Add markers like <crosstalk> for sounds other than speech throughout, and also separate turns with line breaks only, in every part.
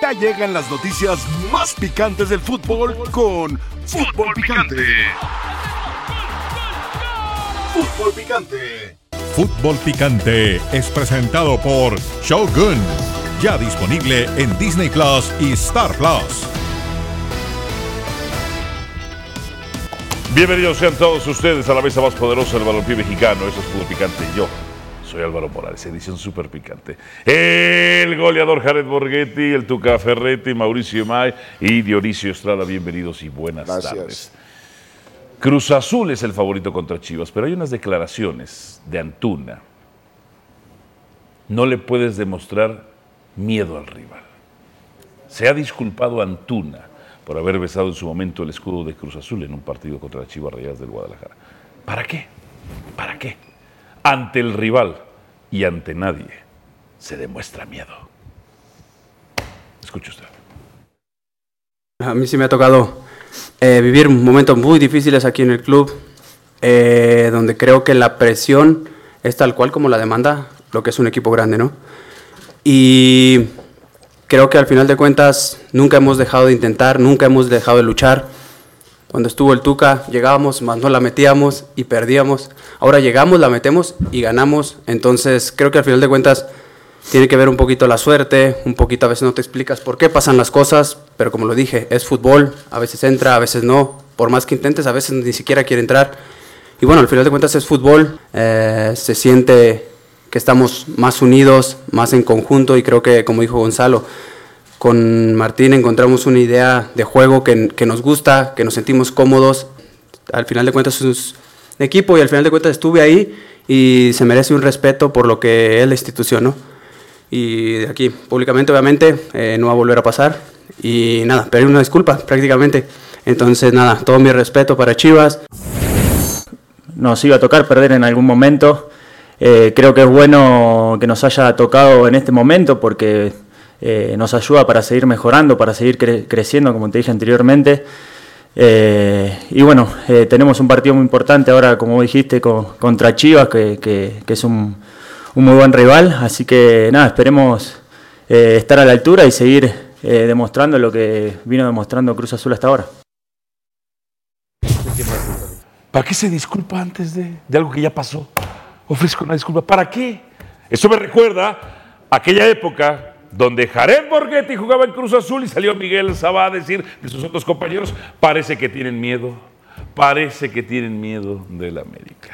Ya llegan las noticias más picantes del fútbol con Fútbol Picante. Fútbol Picante.
Fútbol Picante es presentado por Shogun, ya disponible en Disney Plus y Star Plus.
Bienvenidos sean todos ustedes a la mesa más poderosa del balompié mexicano. Eso es fútbol picante. Yo soy Álvaro Morales, edición súper picante. El goleador Jared Borghetti, el Tuca Ferretti, Mauricio May y Dionisio Estrada. Bienvenidos y buenas
Gracias.
tardes. Cruz Azul es el favorito contra Chivas, pero hay unas declaraciones de Antuna. No le puedes demostrar miedo al rival. Se ha disculpado Antuna por haber besado en su momento el escudo de Cruz Azul en un partido contra las Chivas Rayadas del Guadalajara. ¿Para qué? ¿Para qué? Ante el rival y ante nadie se demuestra miedo. Escuche usted.
A mí sí me ha tocado eh, vivir momentos muy difíciles aquí en el club, eh, donde creo que la presión es tal cual como la demanda lo que es un equipo grande, ¿no? Y creo que al final de cuentas nunca hemos dejado de intentar, nunca hemos dejado de luchar. Cuando estuvo el Tuca, llegábamos, más no la metíamos y perdíamos. Ahora llegamos, la metemos y ganamos. Entonces creo que al final de cuentas tiene que ver un poquito la suerte, un poquito a veces no te explicas por qué pasan las cosas, pero como lo dije, es fútbol, a veces entra, a veces no. Por más que intentes, a veces ni siquiera quiere entrar. Y bueno, al final de cuentas es fútbol, eh, se siente que estamos más unidos, más en conjunto y creo que, como dijo Gonzalo, con Martín encontramos una idea de juego que, que nos gusta, que nos sentimos cómodos. Al final de cuentas es un equipo y al final de cuentas estuve ahí y se merece un respeto por lo que es la institución, ¿no? Y de aquí, públicamente, obviamente, eh, no va a volver a pasar. Y nada, pedir una disculpa prácticamente. Entonces, nada, todo mi respeto para Chivas.
nos iba a tocar perder en algún momento. Eh, creo que es bueno que nos haya tocado en este momento porque eh, nos ayuda para seguir mejorando, para seguir cre- creciendo, como te dije anteriormente. Eh, y bueno, eh, tenemos un partido muy importante ahora, como vos dijiste, co- contra Chivas, que, que- que es un, un muy buen rival. Así que nada, esperemos eh, estar a la altura y seguir eh, demostrando lo que vino demostrando Cruz Azul hasta ahora.
¿Para qué se disculpa antes de, de algo que ya pasó? Ofrezco una disculpa. ¿Para qué? Eso me recuerda a aquella época donde Jared Borghetti jugaba en Cruz Azul y salió Miguel Sabá a decir de sus otros compañeros, parece que tienen miedo, parece que tienen miedo de la América.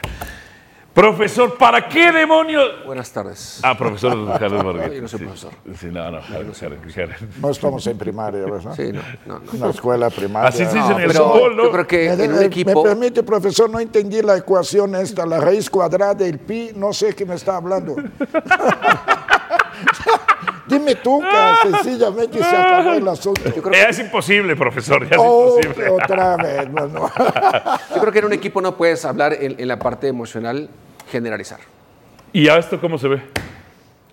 Profesor, ¿para qué demonios?
Buenas tardes.
Ah, profesor Jared Borghetti.
yo no soy
Sí,
profesor.
Sí, no, no, Jared, Jared, Jared.
No estamos en primaria, ¿verdad?
Sí, no, no, no.
Una escuela primaria.
Así se dice en el
Pero
fútbol, ¿no?
yo creo que
Me,
en un
me- me
equipo
permite, profesor, no entendí la ecuación esta, la raíz cuadrada del pi, no sé qué me está hablando. <laughs> Dime tú, que sencillamente se acabó el asunto.
Eh, <laughs> es imposible, profesor, ya es
Oh,
imposible.
otra vez, bueno.
yo creo que en un equipo no puedes hablar en, en la parte emocional generalizar.
¿Y a esto cómo se ve?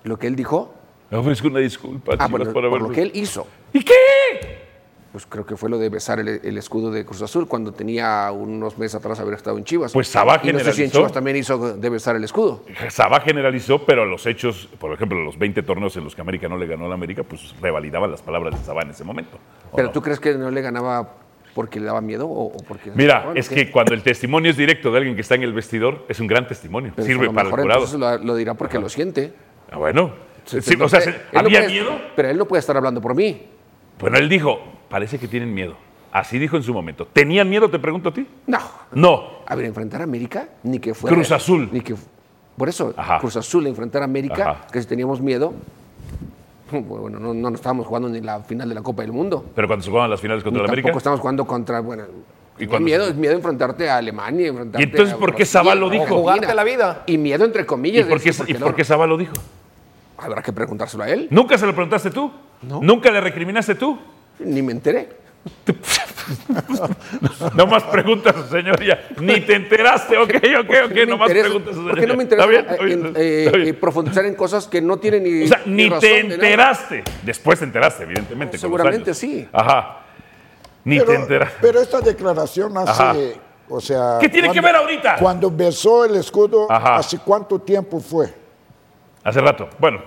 Lo que él dijo,
Ofrezco una disculpa,
ah,
Pues, chicos, por
bueno, por
haberlo.
lo que él hizo,
¿Y qué?
pues creo que fue lo de besar el, el escudo de Cruz Azul cuando tenía unos meses atrás haber estado en Chivas.
Pues Sabá
y no sé si en
generalizó.
Chivas también hizo de besar el escudo.
Sabá generalizó, pero los hechos, por ejemplo, los 20 torneos en los que América no le ganó a la América, pues revalidaban las palabras de Sabá en ese momento. ¿o Oh,
Pero
no?
tú crees que no le ganaba porque le daba miedo o, o porque
Mira,
bueno,
es
¿qué?
que cuando el testimonio es directo de alguien que está en el vestidor, es un gran testimonio.
Pero a
Sirve
lo
para el
mejor
jurado.
entonces lo, lo dirá porque lo siente.
Ah, bueno, Sí,
No
o sea,
puede-
se-
él no
¿había
puede-
miedo?
Pero él no puede estar hablando por mí.
Bueno, él dijo, parece que tienen miedo. Así dijo en su momento. ¿Tenían miedo, te pregunto a ti?
No.
No.
A ver, enfrentar a América, ni que fuera.
Cruz Azul.
Ni que, por eso,
Ajá.
Cruz Azul, enfrentar a América,
Ajá.
que si teníamos miedo, <laughs> bueno, no, no nos estábamos jugando ni la final de la Copa del Mundo.
Pero cuando se jugaban las finales
Ni
contra la
tampoco
América.
estamos jugando contra, bueno,
¿Y
¿Y
cuándo
miedo,
se-
es miedo enfrentarte a Alemania, enfrentarte
¿Y entonces
a
por qué
Brasil,
Zabal lo
a
dijo?
Argentina.
Jugarte la vida.
Y miedo entre
¿Y
comillas.
por qué,
es porque
y por qué
no-
Sabá lo dijo?
Habrá que preguntárselo a él.
¿Nunca se lo preguntaste tú? ¿Nunca le recriminaste tú?
Ni me enteré.
<laughs> Nomás preguntas, señoría. Ni te enteraste, ok, ok, ok.
me
Nomás
interesa-
preguntas, señoría.
¿Por qué no me interesa
Está bien, está bien,
eh,
está
eh,
bien.
eh, profundizar en cosas que no tienen ni.
O sea, ni
razón
te
de nada?
enteraste. Después te enteraste, evidentemente. con los
Seguramente
años.
sí.
Ajá. Ni te
Pero,
enteraste.
pero esta declaración hace,
Ajá.
o sea...
¿Qué tiene que ver ahorita?
Cuando besó el escudo,
Ajá.
¿hace cuánto tiempo fue? Ah,
Hace rato. Bueno,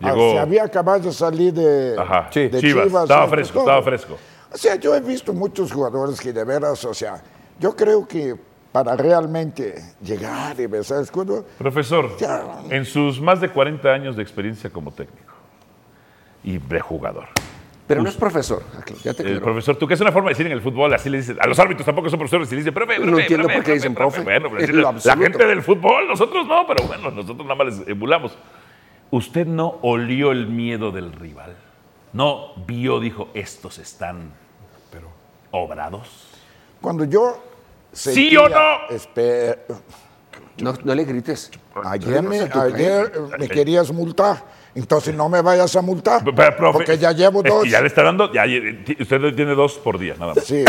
Llegó-
se había acabado de salir de,
Ajá.
Sí.
de
Chivas. Estaba
sí,
fresco,
todo.
estaba fresco.
O sea, yo he visto muchos jugadores que de veras, o sea, yo creo que para realmente llegar y besar el escudo,
Profesor,
Ya.
en sus más de 40 años de experiencia como técnico y de jugador.
Pero no es profesor. Aquí, ya te
El
aclaro.
profesor, tú que es una forma de decir en el fútbol, así le dicen, a los árbitros tampoco son profesores, y le dicen, profe, profe,
entiendo
profe,
por qué dicen profe.
Bueno, pero
En
decirle,
lo
la
absoluto.
gente del fútbol, nosotros no, pero bueno, nosotros nada más les eh, emulamos. Usted no olió el miedo del rival, no vio, dijo, estos están obrados.
cuando yo...
¿Sí
sentía-
o no?
Espe-
No, no le grites.
Ayer, me,
No se te
ayer
eh,
me querías multar, entonces no me vayas a multar,
P- pero, profe,
porque ya llevo
es que <laughs>
dos.
ya le está dando, ya, eh, ti- usted le tiene dos por día, nada más.
Sí,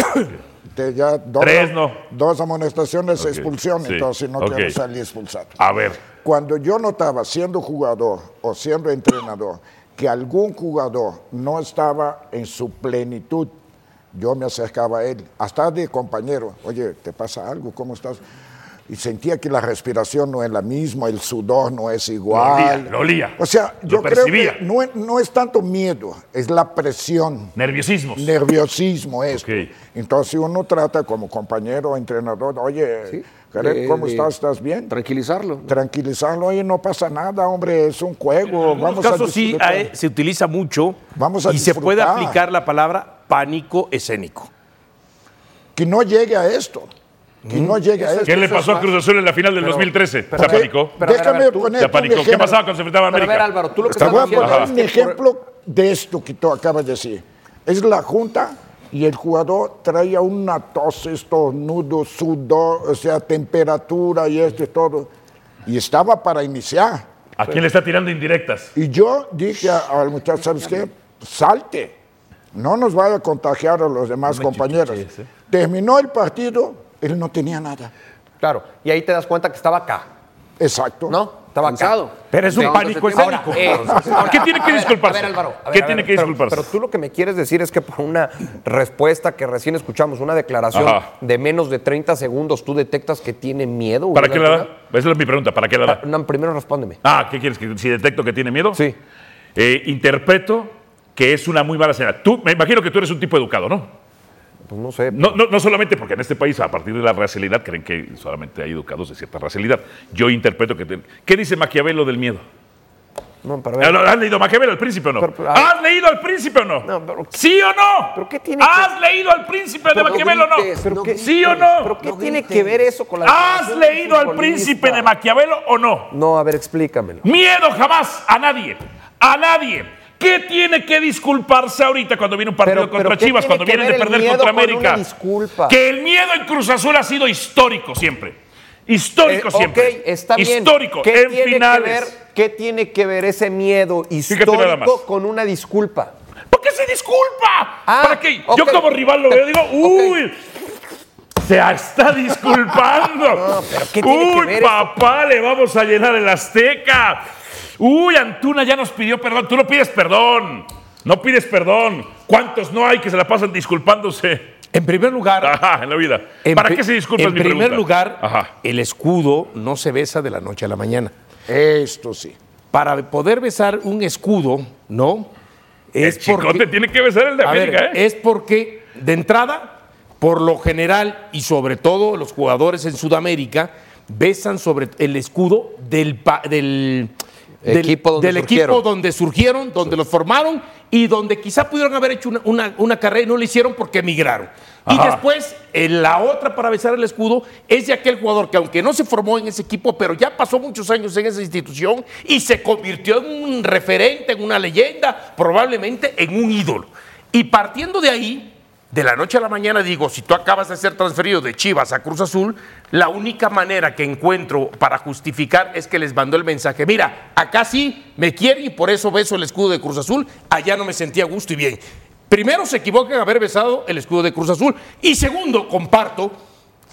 te- ya dos,
Tres no.
dos amonestaciones,
Ok,
expulsión,
sí,
entonces no
ok.
quiero salir expulsado.
A ver,
Cuando yo notaba, siendo jugador o siendo entrenador, que algún jugador no estaba en su plenitud, yo me acercaba a él, hasta de compañero, oye, ¿te pasa algo? ¿Cómo estás? Y sentía que la respiración no es la misma, el sudor no es igual.
Lo olía, lo olía,
O sea,
lo
yo creo que
percibía.
no es, no es tanto miedo, es la presión
nerviosismos.
nerviosismo esto.
Ok.
Entonces uno trata como compañero, entrenador, oye,
Sí,
Jared,
de-
¿cómo
de
estás? ¿Estás bien?
Tranquilizarlo.
Tranquilizarlo, oye, no pasa nada, hombre, es un juego.
En
vamos
este
algunos casos
a
sí
disfrutar".
eh,
hay- se utiliza mucho
Vamos a
y se puede
disfrutar.
aplicar la palabra pánico escénico.
Que no llegue a esto. Que no llegue a esto.
¿Qué le pasó a Cruz Azul en la final del 2013? ¿Se
Porque-
apanicó?
Pero a ver, a
déjame
ver, tú-
poner
¿Se apanicó? ¿Qué pasaba cuando se enfrentaba a
Pero a ver,
América?
Álvaro, tú lo que
Te
estás
voy a
diciendo
poner
es
un
que
este
por-
ejemplo de esto que tú acabas de decir. Es la junta y el jugador traía una tos, estornudo, sudor, o sea, temperatura y esto y todo. Y estaba para iniciar.
¿A quién le está tirando indirectas?
Y yo dije a- al muchacho, ¿sabes qué? Salte. No nos vaya a contagiar a los demás compañeros. Terminó el partido, él no tenía nada.
Claro, y ahí te das cuenta que estaba acá,
Exacto.
¿no? Estaba
Cansado.
acá.
Pero es un
Sí.
pánico
Ahora,
escénico.
eh,
¿Por qué tiene
a
que
ver,
disculparse?
a ver, Álvaro, a
¿Qué
a
tiene que
pero-
disculparse?
Pero, tú lo que me quieres decir es que por una respuesta que recién escuchamos, una declaración
Ajá.
de menos de 30 segundos, tú detectas que tiene miedo.
¿Para
una
qué la da?
altura?
Esa es mi pregunta, ¿para qué la da?
No, primero respóndeme.
Ah, ¿qué quieres? ¿Que si detecto que tiene miedo?
Sí.
Eh, interpreto que es una muy mala señal. Tú, me imagino que tú eres un tipo educado, ¿no?
Pues no sé.
No, no, no solamente porque en este país, a partir de la racialidad, creen que solamente hay educados de cierta racialidad. Yo interpreto que... te- ¿Qué dice Maquiavelo del miedo? Ah,
No, pero a ver.
¿Has leído Maquiavelo al príncipe o no?
Pero, pero, a ver.
¿Has leído al príncipe o no?
No, pero-
¿Sí o no?
¿Pero qué tiene
¿Has leído al príncipe de
Pero no
Maquiavelo o no?
grites,
¿Pero
no
qué-
¿Sí o no?
¿Pero qué
No
tiene
griten.
que ver eso con la
¿Has
declaración del
leído al
futbolista?
príncipe de Maquiavelo o no?
No, a ver, explícamelo.
Miedo jamás a nadie. A nadie. ¿Qué tiene que disculparse ahorita cuando viene un partido
Pero- pero
contra
¿qué
Chivas,
tiene
cuando
que
vienen de
ver el
perder
miedo
contra
con una
América?
disculpa?
Que el miedo en Cruz Azul ha sido histórico siempre. Histórico
Eh,
siempre.
Ok, está bien.
Histórico.
¿Qué
en
tiene
finales.
Que ver, ¿Qué tiene que ver ese miedo
nada más.
histórico con una disculpa?
¿Por qué se disculpa?
Ah,
¿Para qué? Yo
ok.
como rival lo veo, digo, uy. Se está disculpando.
pero ¿qué tiene que
Uy,
ver
papá, le vamos a llenar el Azteca. Uy, Antuna ya nos pidió perdón. Tú no pides perdón. No pides perdón. ¿Cuántos no hay que se la pasan disculpándose?
En primer lugar,
Ajá, en la vida.
en
¿Para
pri-
qué se disculpa?
En
es mi
primer
pregunta?
lugar,
Ajá.
el escudo no se besa de la noche a la mañana.
Esto sí.
Para poder besar un escudo, ¿no?
el chicote tiene que besar el de
A ver,
América, ¿eh?
es porque, de entrada, por lo general y sobre todo los jugadores en Sudamérica besan sobre el escudo del, pa- del, del-
Equipo donde
del
surgieron.
equipo donde surgieron, donde los formaron y donde quizá pudieron haber hecho una, una- una carrera y no lo hicieron porque emigraron. Y
Ajá.
después, en la otra para besar el escudo es de aquel jugador que aunque no se formó en ese equipo, pero ya pasó muchos años en esa institución y se convirtió en un referente, en una leyenda, probablemente en un ídolo. Y partiendo de ahí, de la noche a la mañana digo, si tú acabas de ser transferido de Chivas a Cruz Azul, la única manera que encuentro para justificar es que les mandó el mensaje, mira, acá sí me quieren y por eso beso el escudo de Cruz Azul, allá no me sentía a gusto y bien. Primero se equivocan haber besado el escudo de Cruz Azul y segundo, comparto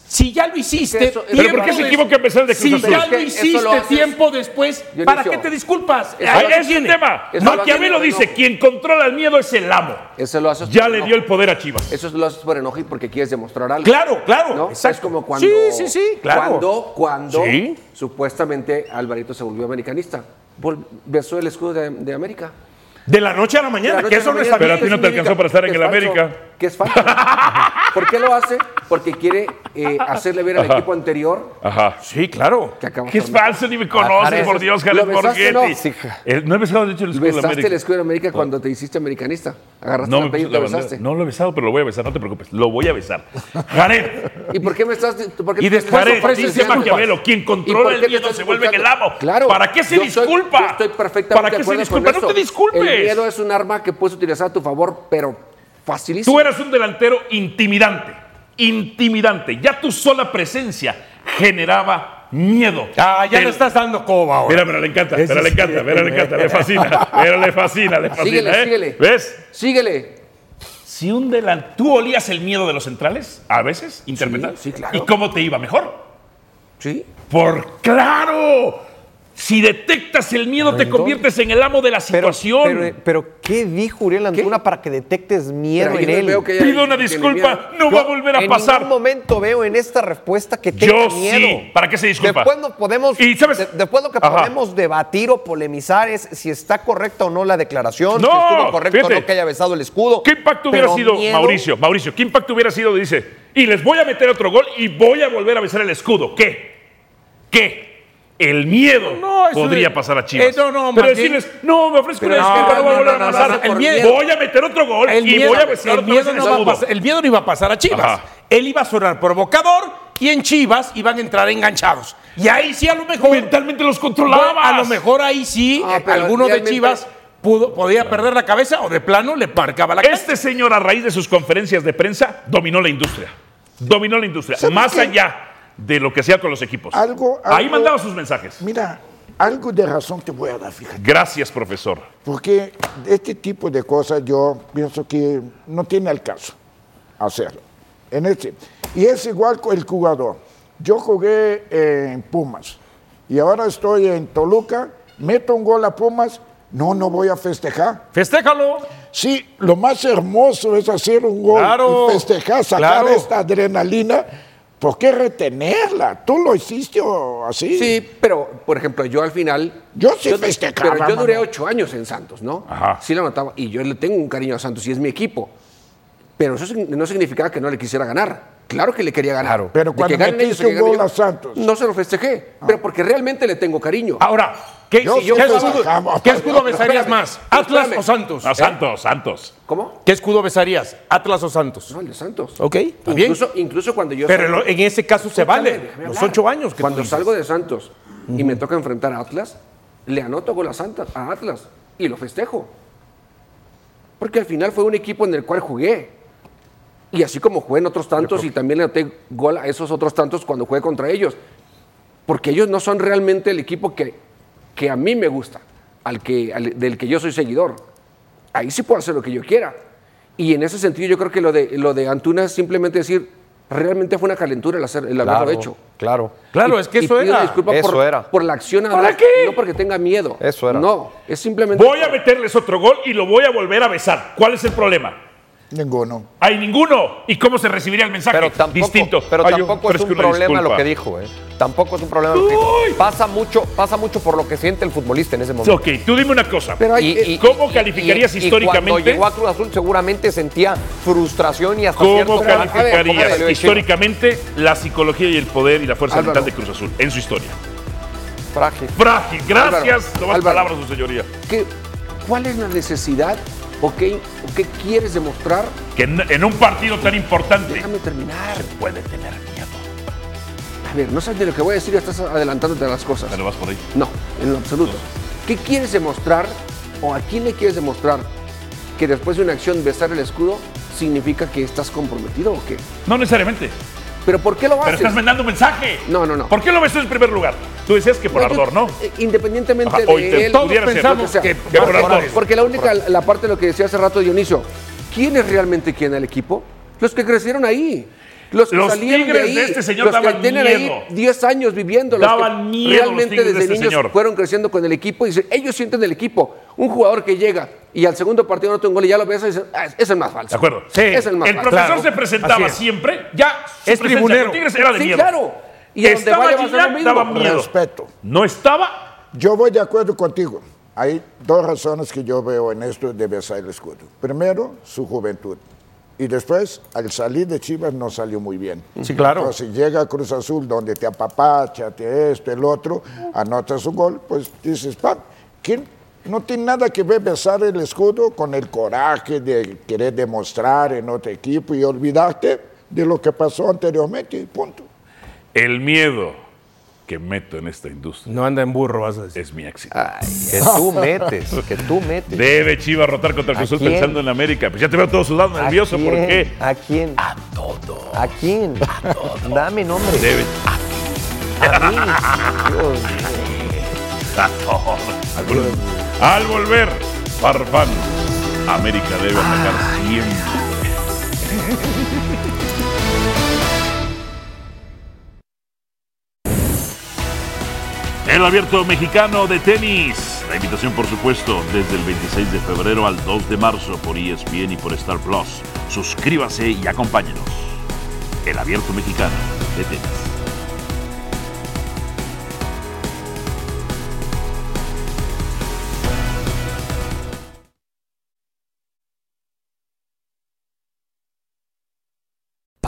Si ya lo hiciste,
Eso- eso-
tiempo
Pero ¿por qué se
des-
equivoca a pesar de Cruz
Si
Azul?
ya
Es
lo
que eso
hiciste
lo haces-
tiempo después,
Dionisio,
¿para qué te disculpas?
eso
Ahí
lo
lo
es un
tiene.
tema.
Eso lo
Maquiavelo
hace-
dice, quien controla el miedo es el amo.
Eso lo haces
Ya
por
le
enojo.
dio el poder a Chivas.
Eso lo haces por enojo y porque quieres demostrar algo.
Claro, claro,
¿no?
exacto.
Es como cuando.
Sí, sí, sí, claro.
Cuando, cuando
Sí.
supuestamente Alvarito se volvió americanista. Vol- besó el escudo de, de América.
De la noche a la
De la
mañana,
noche
que
a
eso
la
no
mañana.
está
Pero a
bien.
ti no te alcanzó para estar en
Que
el
es falso,
América.
Que es falso. <laughs> ¿Por qué lo hace? Porque quiere eh, hacerle ver al
Ajá.
equipo anterior
Ajá.
Sí, claro.
que acabamos
Que es
también.
falso, ni me conoces,
Ajá.
por Dios,
¿Lo
Jared
besaste,
Borghetti.
no?
No?
Sí.
no he besado, de hecho, el escudo de la
Besaste el
América.
escudo de América cuando te hiciste americanista. Agarraste
No,
la
me puse
pelea y te
la bandera.
besaste.
no lo he besado, pero lo voy a besar, no te preocupes. Lo voy a besar. Jared,
¿Y por qué me estás.? por qué
Y
me
después
estás
ofrece dice
ofreciendo?
Maquiavelo, quien
¿Y
controla
por
el
qué me
miedo
estás
se vuelve el
insultando?
amo.
Claro.
¿Para qué se
Yo soy-
disculpa?
yo estoy perfectamente
¿Para qué
de
se
acuerdo con
disculpa? No
eso.
te disculpes.
El miedo es un arma que puedes utilizar a tu favor, pero facilísimo.
Tú eras un delantero intimidante, intimidante. Ya tu sola presencia generaba miedo.
Ah, ya
Del-
le estás dando coba ahora.
Mira, pero le encanta,
Ese
pero le
sí.
encanta, pero le encanta, le fascina, pero le fascina, le fascina.
Síguele,
¿eh?
síguele.
¿Ves?
Síguele.
Si un delantero... ¿Tú olías el miedo de los centrales a veces, interpretar?
sí, claro.
¿Y cómo te iba? ¿Mejor?
Sí.
Por claro. Si detectas el miedo, te conviertes en el amo de la situación.
Pero, pero ¿qué dijo Uriel Antuna para que detectes miedo
Pero yo
en
no
él?
veo que haya-
Pido una
que le
disculpa,
miedo.
no va a volver a
en
pasar.
ningún momento veo en esta respuesta que tenga
Yo
miedo.
sí. ¿Para qué se disculpa?
Después no podemos.
¿Y sabes?
de- después lo que
Ajá.
podemos debatir o polemizar es si está correcta o no la declaración,
No,
si estuvo correcto o
fíjate.
no que haya besado el escudo.
¿Qué impacto hubiera
Pero
sido,
miedo-
Mauricio? Mauricio, ¿qué impacto hubiera sido? Dice, y les voy a meter otro gol y voy a volver a besar el escudo. ¿Qué? ¿Qué? El miedo
No, eso
podría
de-
pasar a Chivas.
Eh, no, no, más
pero
bien-
decirles, no, me ofrezco una
Pero no,
disculpa, no,
no,
voy a
no,
volver
no,
a
no,
pasar.
no,
el
el
miedo,
miedo-
voy a meter otro gol
El
y
miedo-
voy a besar
el
otra vez
miedo
el
no va a
escudo.
pasar- el miedo no iba a pasar a Chivas.
Ajá.
Él iba a sonar provocador y en Chivas iban a entrar enganchados. Y ahí sí a lo mejor.
Mentalmente los controlabas.
A lo mejor ahí sí
Ah,
eh,
pero
alguno de
realmente-
Chivas pudo, podía perder la cabeza o de plano le parcaba la cabeza.
Este señor, a raíz de sus conferencias de prensa, dominó la industria. Dominó la industria.
¿Sabes
Más
qué?
allá de lo que hacía con los equipos.
Algo-
Pues, Ahí
algo-
mandaba sus mensajes.
Mira, algo de razón te voy a dar, fíjate.
Gracias, profesor.
Porque este tipo de cosas yo pienso que no tiene el caso hacerlo. En este. Y es igual con el jugador. Yo jugué eh, en Pumas y ahora estoy en Toluca, meto un gol a Pumas, no, no voy a festejar.
Festéjalo.
Sí, lo más hermoso es hacer un gol
Claro,
y festejar, sacar
claro.
esta adrenalina. ¿Por qué retenerla? ¿Tú lo hiciste o así?
Sí, pero, por ejemplo, yo al final.
Yo sí festejaba,
Pero yo duré
mano.
ocho años en Santos, ¿no?
Ajá.
Sí lo notaba. Y yo le tengo un cariño a Santos y es mi equipo. Pero eso sign- no significaba que no le quisiera ganar. Claro que le quería ganar.
Claro. Pero
De
cuando
que ganen
metiste
ellos o que
un
gane
gol
yo,
a Santos. Ah.
No se lo festejé. Pero porque realmente le tengo cariño.
Ahora, ¿qué,
Yo
si-
sí
qué escudo,
festejaba.
qué escudo besarías
Espérame,
más?
pero
¿Atlas
espérame.
o Santos?
A Santos, Santos.
¿Cómo?
¿Qué escudo besarías? ¿Atlas o Santos?
No, el de Santos.
Ok, está bien.
Incluso, incluso cuando yo.
Pero
salgo-
lo- en ese caso se
Escúchame,
vale.
déjame
Los
hablar.
ocho años que tú
Cuando
dices.
salgo de Santos y me toca enfrentar a Atlas, le anoto gol a, Santa- a Atlas y lo festejo. Porque al final fue un equipo en el cual jugué. Y así como jugué en otros tantos y también le anoté gol a esos otros tantos cuando jugué contra ellos. Porque ellos no son realmente el equipo que, que a mí me gusta, al que, al- del que yo soy seguidor. Ahí sí puedo hacer lo que yo quiera. Y en ese sentido yo creo que lo de, lo de Antuna es simplemente decir, realmente fue una calentura el, hacer, el haberlo
Claro,
hecho.
Claro.
Claro,
Y-
es que
y
eso
pido
era.
disculpa
Eso
por,
era.
por la acción. adversa, No porque tenga miedo.
Eso era.
No, es simplemente...
Voy a meterles otro gol y lo voy a volver a besar. ¿Cuál es el problema?
Ninguno.
Hay ninguno. ¿Y cómo se recibiría el mensaje?
Pero tampoco,
Distinto.
pero
Ay, yo
tampoco es
ofrezco
un
una
problema lo
disculpa.
que dijo, ¿eh? Tampoco es un problema lo que dijo.
Uy.
Pasa mucho, pasa mucho por lo que siente el futbolista en ese momento.
Ok, tú dime una cosa.
Pero hay-
Y- y-
¿Cómo
y- y-
calificarías
y Cuando
históricamente?
llegó a Cruz Azul seguramente sentía frustración y hasta cierto
¿Cómo
grado-
A ver,
calificarías
¿cómo le-
históricamente la psicología y el poder y la fuerza
Álvaro.
mental de Cruz Azul en su historia?
Frágil.
Frágil, gracias.
Álvaro,
No más
Álvaro.
palabras, su señoría.
¿Qué- ¿Cuál es la necesidad o qué, o qué quieres demostrar?
Que en, en un partido tan importante
Déjame terminar.
puede tener miedo.
A ver, no sabes de lo que voy a decir, ya estás adelantándote a las cosas.
Pero vas por ahí.
No, en lo absoluto. ¿Qué quieres demostrar o a quién le quieres demostrar que después de una acción besar el escudo significa que estás comprometido o qué?
No necesariamente.
¿Pero por qué lo
Pero
haces?
estás mandando un mensaje.
No, no, no.
¿Por qué lo ves en primer lugar? Tú decías que por
No, yo-
ardor, ¿no?
eh, Independientemente
Ajá,
de
hoy te
él,
Todos pudiera ser, pensamos
lo sea.
que- que por ardor.
Porque la única, la parte de lo que decía hace rato Dionisio, ¿quién es realmente quién al equipo? Los que crecieron ahí. Los, que
Los
salieron de
tigres
ahí,
de este señor
los que
daban
tienen
miedo.
ahí 10 años viviendo,
Daban
los que
miedo los
realmente
tigres de
desde
este
niños
señor.
fueron creciendo con el equipo y se- ellos sienten el equipo. Un jugador que llega y al segundo partido no tiene un gol y ya lo ves y dices, "Ah, es el más falso.
¿De acuerdo?
Sí, es el más
El
falso.
profesor
Claro.
se presentaba
Así es.
siempre, ya su
Es
presencia
tribunero.
con Tigres era de
Sí,
miedo.
claro. Y a donde
Estaba
vaya va a ser lo
Gignac,
mismo.
daba miedo.
Respeto.
No estaba.
Yo voy de acuerdo contigo. Hay dos razones que yo veo en esto de besar el escudo. Primero, su juventud. Y después, al salir de Chivas no salió muy bien.
Sí, claro.
Entonces, si llega a Cruz Azul, donde te apapacha, te esto, el otro, anotas un gol, pues dices, "Pa, ¿quién? No tiene nada que ver besar el escudo con el coraje de querer demostrar en otro equipo y olvidarte de lo que pasó anteriormente, y punto.
El miedo que meto en esta industria
No anda en burro, vas a decir.
es mi éxito.
<laughs> Que tú metes, que tú metes.
Debe Chivas rotar contra el Cruz
¿A
Azul
quién?
pensando en América. Pues ya te veo todo sudado,
¿A
nervioso, ¿por
quién?
qué?
¿A quién? A todo. ¿A quién? A todo. Dame nombre.
Debe.
A mí. Dios mío.
Algunos- Al volver, Farfán, América debe atacar siempre. El abierto mexicano de tenis. La invitación, por supuesto, desde el 26 de febrero al 2 de marzo por E ESPN y por Star Plus. Suscríbase y acompáñenos. El abierto mexicano de tenis.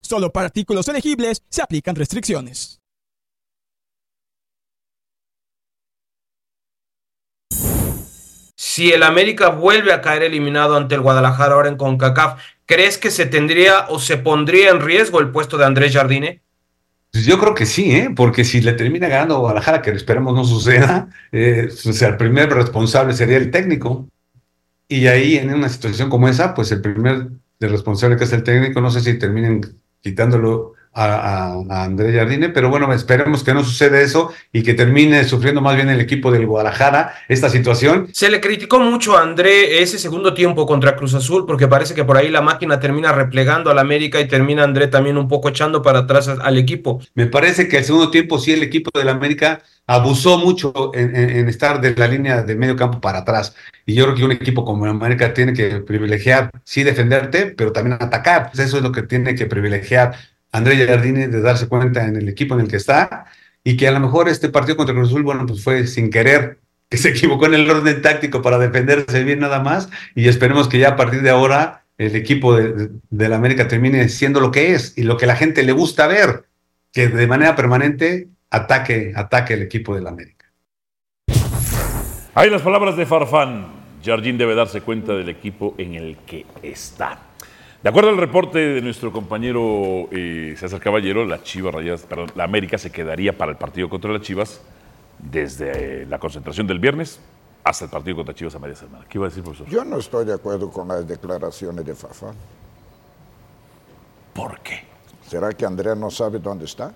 Solo para artículos elegibles se aplican restricciones.
Si el América vuelve a caer eliminado ante el Guadalajara ahora en CONCACAF, ¿crees que se tendría o se pondría en riesgo el puesto de Andrés Jardine?
Pues yo creo que sí, ¿eh? porque si le termina ganando Guadalajara, que esperemos no suceda, eh, o sea, el primer responsable sería el técnico. Y ahí, en una situación como esa, pues el primer de responsable que es el técnico, no sé si terminen quitándolo a, a- a André Jardine, pero bueno, esperemos que no suceda eso y que termine sufriendo más bien el equipo del Guadalajara esta situación
Se le criticó mucho a André ese segundo tiempo contra Cruz Azul porque parece que por ahí la máquina termina replegando al América y termina André también un poco echando para atrás a- al equipo.
Me parece que el segundo tiempo sí el equipo del América abusó mucho en, en- en estar de la línea de medio campo para atrás. Y yo creo que un equipo como el América tiene que privilegiar, sí defenderte, pero también atacar. Pues Eso es lo que tiene que privilegiar André Jardine de darse cuenta en el equipo en el que está y que a lo mejor este partido contra Cruz Azul, bueno, pues fue sin querer que se <laughs> equivocó en el orden táctico para defenderse bien nada más y esperemos que ya a partir de ahora el equipo de- de- del América termine siendo lo que es y lo que la gente le gusta ver, que de manera permanente ataque, ataque el equipo del América.
Hay las palabras de Farfán. Jardín debe darse cuenta del equipo en el que está. De acuerdo al reporte de nuestro compañero eh, César Caballero, la Chivas Rayadas, perdón, la América se quedaría para el partido contra las Chivas desde eh, la concentración del viernes hasta el partido contra Chivas a media semana. ¿Qué iba a decir, profesor?
Yo no estoy de acuerdo con las declaraciones de Fafa.
¿Por qué?
¿Será que Andrea no sabe dónde está?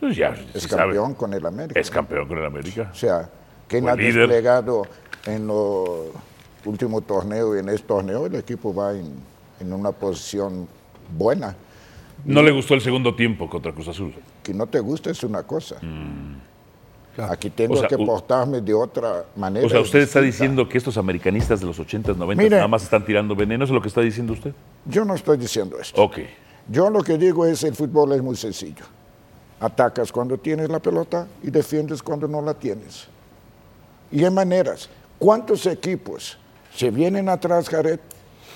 Pues ya,
Es
se sabe.
campeón con el América.
Es campeón con el América.
O sea, quien
Buen
ha
líder.
desplegado en los últimos torneos y en este torneo, el equipo va en, en una posición buena.
No le gustó el segundo tiempo contra Cruz Azul.
Que no te guste es una cosa. Aquí tengo
Mm. O sea,
que
u-
portarme de otra manera.
O sea, usted está
distinta.
diciendo que estos americanistas de los 80s, 90s
Mire.
nada más están tirando veneno. ¿Eso es lo que está diciendo usted?
Yo no estoy diciendo esto.
Ok.
Yo lo que digo es, el fútbol es muy sencillo. Atacas cuando tienes la pelota y defiendes cuando no la tienes. Y hay maneras. ¿Cuántos equipos se vienen atrás, Jared?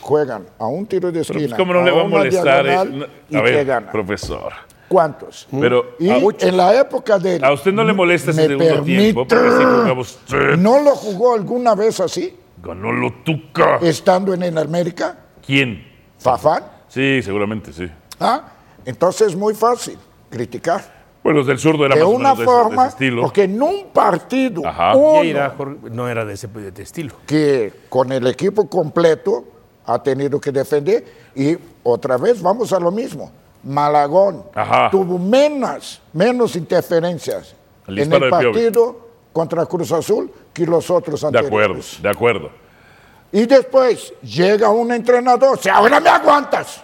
Juegan a un tiro de
Pero, pues,
esquina.
¿Cómo no le va a
una
molestar? eh?
diagonal
No,
y
a
te
ver,
ganan.
profesor.
¿Cuántos?
Pero
Y
a,
en la época de.
a usted no le molesta ese
¿Me
segundo
permite?
tiempo, porque si jugamos tres,
¿No lo jugó alguna vez así?
ganó lo tuca.
Estando en el América,
¿Quién?
Fafán.
Sí, seguramente, sí.
¿ah? Entonces es muy fácil criticar.
Bueno, los del zurdo era
de
más o
una
menos de ese- de ese
forma,
estilo.
porque en un partido uno
Vieira, Jorge, no era de ese de ese estilo.
que con el equipo completo ha tenido que defender y otra vez vamos a lo mismo. Malagón
Ajá.
tuvo menos, menos interferencias
El
en
disparo
el
de Piovi.
partido contra Cruz Azul que los otros
De
anteriores.
acuerdo, de acuerdo.
Y después llega un entrenador, si ahora me aguantas.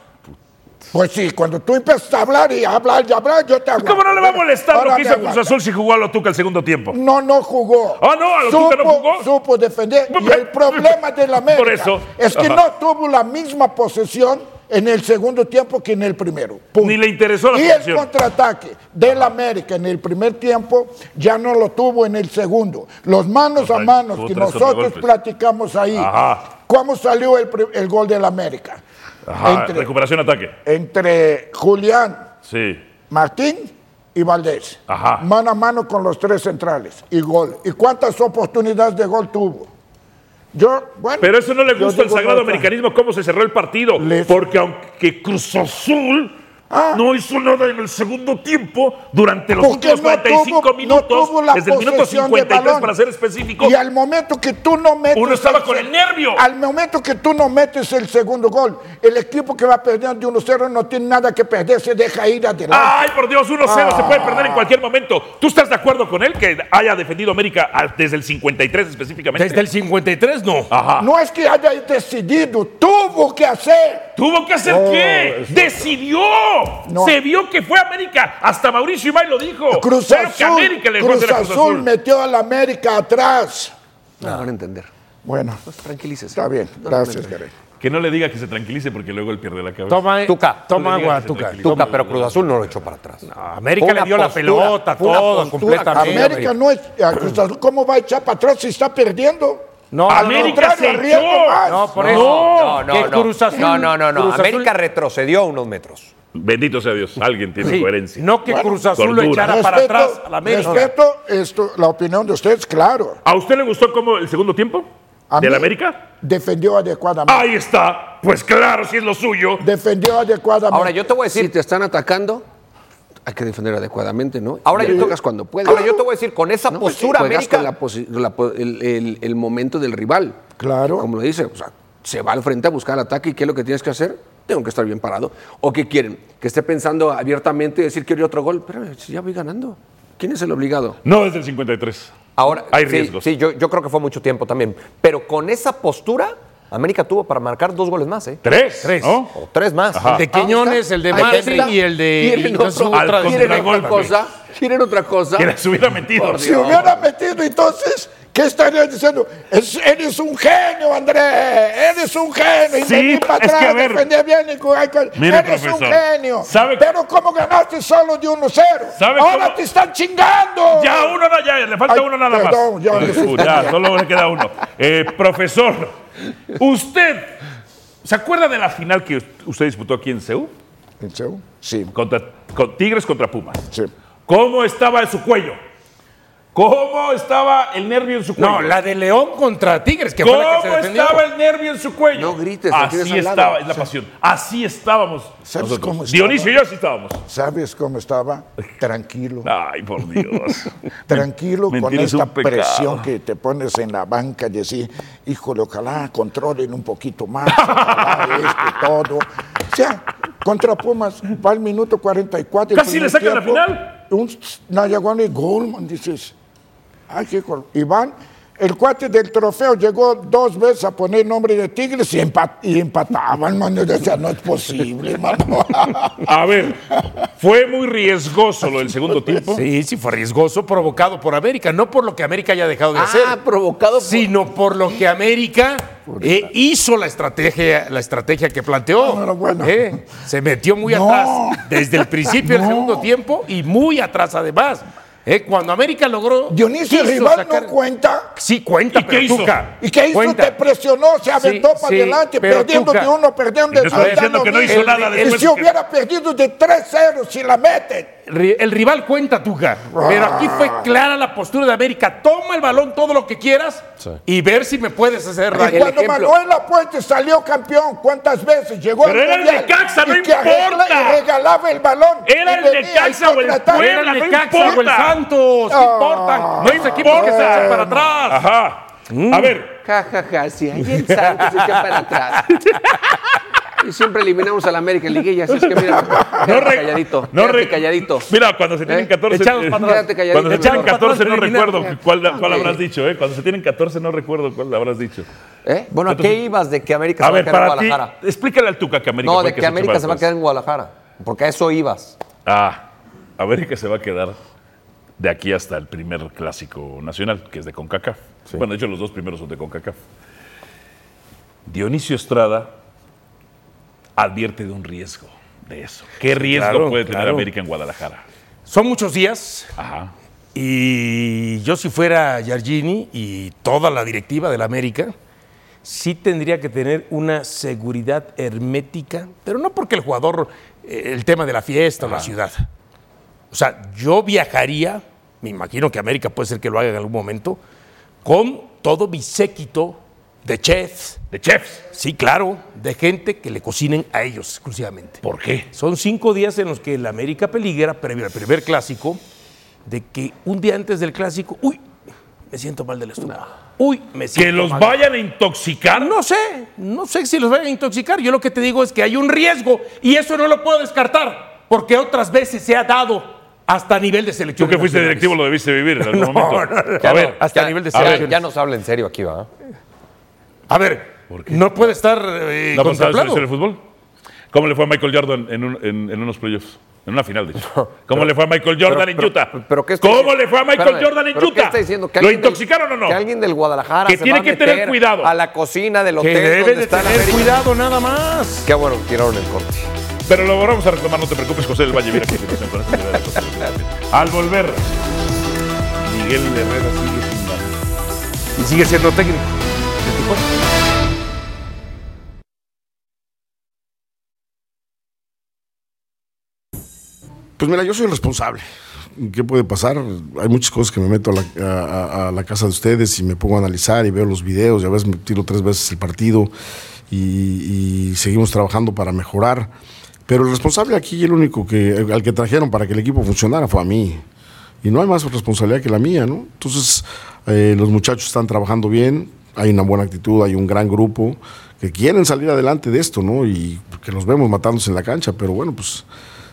Pues sí, cuando tú empiezas a hablar y hablar y hablar, yo te aguanto.
¿Cómo no le va a molestar lo
Ahora
que
me
hizo Cruz
aguantas.
Azul si jugó a lo tuca el segundo tiempo?
No, no jugó.
Ah, no, a lo
supo,
Tuca no jugó.
Supo
<laughs>
defender. Y el problema de la América
Por eso.
es que
Ajá.
no tuvo la misma posesión en el segundo tiempo que en el primero. Punto.
Ni le interesó la
y el
posición.
contraataque del América en el primer tiempo ya no lo tuvo en el segundo. Los manos a
Otra-
manos
tuvo
que
tres
nosotros
contragolpes.
platicamos ahí.
Ajá.
¿Cómo salió el, pri- el gol del América?
Ajá,
Entre-
recuperación ataque.
Entre Julián,
Sí.
Martín y Valdés.
Ajá.
Mano a mano con los tres centrales y gol. ¿Y cuántas oportunidades de gol tuvo? Yo, bueno.
Pero eso no le
yo
gusta al
digo,
sagrado
no,
americanismo cómo se cerró el partido. Porque aunque Cruz Azul
Ah.
no hizo nada en el segundo tiempo, durante los
¿Por qué
últimos
no
45
tuvo- no
minutos,
tuvo la
desde el minuto
posesión de
53
balón?
para ser específico,
Y al momento que tú no metes.
Uno estaba con el nervio.
Al momento que tú no metes el segundo gol, el equipo que va perdiendo de 1-0 no tiene nada que perder, se deja ir adelante.
Ay, por Dios, 1-0 se puede perder en
Ah.
cualquier momento. ¿Tú estás de acuerdo con él que haya defendido América al- desde el 53 específicamente?
Desde el 53 no.
Ajá.
No es que haya decidido, tuvo que hacer.
¿Tuvo que hacer
No,
qué?
eso-
¡Decidió!
No.
Se vio que fue América. Hasta Mauricio Imay lo dijo.
Cruz
Pero que
Azul,
América le dejó
Cruz
hacer a Cruz
Azul
Azul.
metió al América atrás.
No, van a entender. Pues,
Bueno,
Tranquilícese.
está bien.
No,
Gracias,
no, no.
Garay.
Que no le diga que se tranquilice porque luego él pierde la cabeza.
Toma,
Tuca,
toma
No
agua,
le digas que se
Tuca.
tranquilice.
Tuca, pero Cruz Azul no lo echó para atrás.
América
Fue
le
una
dio la
postura,
pelota,
fue una
todo,
postura.
completamente.
América no es. a Cruz Azul, ¿Cómo va a echar para atrás si está perdiendo?
No,
Al
América
contrario,
se
arriesga
echó.
más.
No, por eso.
No, no,
que
no.
Cruz Azul-
no, no, no, no.
Cruz Azul-
América retrocedió unos metros.
Bendito sea Dios. Alguien tiene
Sí,
coherencia.
No que
Bueno,
Cruz Azul lo
Cordura.
echara para
Respeto-
atrás a la América.
Respeto esto, la opinión de ustedes, claro.
¿A usted le gustó cómo el segundo tiempo?
A
¿De la
mí-
América?
Defendió adecuadamente.
Ahí está. Pues claro, si es lo suyo.
Defendió adecuadamente.
Ahora yo te voy a
Si
decir,
te están atacando, hay que defender adecuadamente, ¿no?
Ahora
Y
yo te-
juegas cuando puedes.
ahora yo te voy a decir, con esa
No, pues sí,
postura
juegas
América
con la posi- la po- el, el- el momento del rival.
Claro.
Como lo dice, o sea, se va al frente a buscar el ataque y ¿qué es lo que tienes que hacer? Tengo que estar bien parado. ¿O qué quieren? Que esté pensando abiertamente y decir, quiero otro gol. Pero eh, si ya voy ganando. ¿Quién es el obligado?
No desde el 53.
Ahora,
Hay
sí,
riesgos.
Sí, yo, yo creo que fue mucho tiempo también. Pero con esa postura, América tuvo para marcar dos goles más, ¿eh?
Tres.
Tres.
¿no?
O tres más. Ah,
Ajá.
De Quiñones, el de Martín y el de.
¿Quieren,
no sé,
otro-
otra-
Al
quieren otra
contragolpe.
cosa? ¿Quieren otra cosa?
Que las hubiera metido.
Por
si hubiera metido entonces, ¿qué estaría diciendo? Es- eres un genio, André. Eres un genio. Y
Sí,
vení para
es que,
atrás,
a ver.
defendí bien y jugué con-
Mire,
Eres un
profesor,
genio.
¿sabe-
Pero ¿cómo ganaste solo de 1-0?
¿Sabe
Ahora
cómo-
te están chingando.
Ya uno, no, ya, le falta
Ay,
uno nada
perdón,
más.
ya.
Uh, ya, solo le queda uno. Eh, profesor, usted, ¿se acuerda de la final que usted disputó aquí en Seúl?
¿En serio? Sí,
Contra, con Tigres contra Pumas.
sí.
¿Cómo estaba su cuello? ¿Cómo estaba el nervio en su cuello?
No, la de León contra Tigres, que fue la que se
¿Cómo
defendió.
estaba el nervio en su cuello?
No grites, la tienes
Así
al lado.
estaba, es la pasión. Así estábamos.
¿Sabes
nosotros.
cómo estaba?
Dionisio y yo así estábamos.
¿Sabes cómo estaba? Tranquilo.
Ay, por Dios.
<laughs> tranquilo
Me- me
con
tienes
esta
un pecado.
presión que te pones en la banca y decir, híjole, ojalá controlen un poquito más,
<laughs>
ojalá esto, todo. O sea, contra Pumas va al minuto 44. el
Casi le
primer
sacan la final.
Un Nayaguan y Goldman, dices, ay, qué gol. Iván, el cuate del trofeo llegó dos veces a poner nombre de Tigres y, empa- y empataban, mano. Yo decía, no es posible, <laughs> mano.
A ver, fue muy riesgoso lo del segundo tiempo.
Sí, sí, fue riesgoso, provocado por América. No por lo que América haya dejado de
Ah,
hacer.
provocado por-
Sino por lo que América eh, hizo la estrategia, la estrategia que planteó.
No, no, Ah, bueno.
Eh, se metió muy
No.
atrás desde el principio del
No.
segundo tiempo y muy atrás además. Eh, cuando América logró.
Dionisio
quiso
Rival
sacar-
no cuenta.
Sí, cuenta,
¿Y
pero
qué hizo?
Tuca,
¿Y qué hizo?
cuenta.
Te presionó, se aventó
Sí,
para
sí,
adelante,
pero
perdiendo
Tuca,
de uno, perdiendo
te
de
estoy
dos. ya
diciendo que no hizo
vi.
nada
Y
después
si
que-
hubiera perdido de 3-0, si la meten.
Ri- El rival cuenta, Tuca. Pero aquí fue clara la postura de América. Toma el balón todo lo que quieras y ver si me puedes hacer
Y
daño.
cuando Manuel Lapuente salió campeón, ¿cuántas veces llegó
Pero
al
era el
Mundial?
Necaxa, no
Y que arregla-
importa.
y regalaba el balón.
Era
Y
el
venía y
Necaxa o ¡Eh, el
contrataba.
Puebla,
Era el
no
Necaxa
importa.
o el
Santos, no importa.
Ah.
No hay equipos que se echan para atrás.
Ajá. Ah, A ver.
Mm. Ja, ja, ja, si ayer Santos se echa para atrás. Y siempre eliminamos al América en liguilla, así es que mira, no calladito, no quédate calladito.
Mira, cuando se tienen
¿Eh?
14.
Echados para atrás. Quédate calladito,
Cuando se tienen
mejor.
14, no
Para atrás,
recuerdo
original.
cuál, cuál
Ok.
habrás dicho, ¿eh? Cuando se tienen 14, no recuerdo cuál habrás dicho.
¿Eh? Bueno, ¿a qué ibas de que América
A
se va a
ver,
quedar en
para ti,
Guadalajara?
explícale al Tuca que América
no,
fue
de
el
que
se echó
América
para
se va a
atrás.
quedar en Guadalajara. Porque a eso ibas.
Ah, América se va a quedar de aquí hasta el primer clásico nacional, que es de CONCACAF. Bueno, de hecho, los dos primeros son de CONCACAF. Dionisio Estrada advierte de un riesgo de eso. ¿Qué riesgo
Claro,
puede tener
claro.
América en Guadalajara?
Son muchos días.
Ajá.
Y yo si fuera Yargini y toda la directiva del América, sí tendría que tener una seguridad hermética, pero no porque el jugador, eh, el tema de la fiesta o la ciudad. O sea, yo viajaría, me imagino que América puede ser que lo haga en algún momento, con todo mi séquito de chefs.
¿De chefs?
Sí, claro, de gente que le cocinen a ellos exclusivamente.
¿Por qué?
Son cinco días en los que el América peligra, previo al primer clásico, de que un día antes del clásico, uy, me siento mal del estómago. Uy, me siento
¿Que los
mal.
vayan a intoxicar?
No sé, no sé si los vayan a intoxicar. Yo lo que te digo es que hay un riesgo y eso no lo puedo descartar, porque otras veces se ha dado hasta a nivel de selección.
Tú que fuiste directivo lo debiste vivir en algún
No,
momento.
no, no. Ya no, hasta a nivel de selecciones.
Ya nos habla en serio aquí, ¿va?
A ver, no puede estar eh,
¿No pues, ha
contemplado.
pasado eso en el fútbol? ¿Cómo le fue a Michael Jordan en, un- en- en unos playoffs? En una final, de
<laughs>
hecho. ¿Cómo
pero-
le fue a Michael Jordan
pero-
en
pero-
Utah?
pero ¿qué está
¿Cómo
diciendo?
le fue a Michael
Espérame,
Jordan en
¿pero qué
Utah?
está diciendo? ¿Que
¿Lo
alguien del-
intoxicaron o no?
Que alguien del Guadalajara
Que
se
tiene
va a
que tener
meter
cuidado.
A la cocina del
Que
hotel
debe
donde
de
está la
tener
América.
cuidado nada más.
Qué bueno, que tiraron el corte.
Pero lo vamos a retomar, no te preocupes, José del Valle. Mira qué situación
<laughs>
con esta idea de José del Valle. Al volver, Miguel Herrera sigue sin ganar.
Y sigue siendo técnico.
Pues mira, yo soy el responsable. ¿Qué puede pasar? Hay muchas cosas que me meto a la, a- a- a la casa de ustedes y me pongo a analizar y veo los videos y a veces me tiro tres veces el partido y, y seguimos trabajando para mejorar. Pero el responsable aquí y el único que, al que trajeron para que el equipo funcionara fue a mí. Y no hay más responsabilidad que la mía, ¿no? Entonces, eh, los muchachos están trabajando bien, hay una buena actitud, hay un gran grupo que quieren salir adelante de esto, ¿no? Y que los vemos matándose en la cancha, pero bueno, pues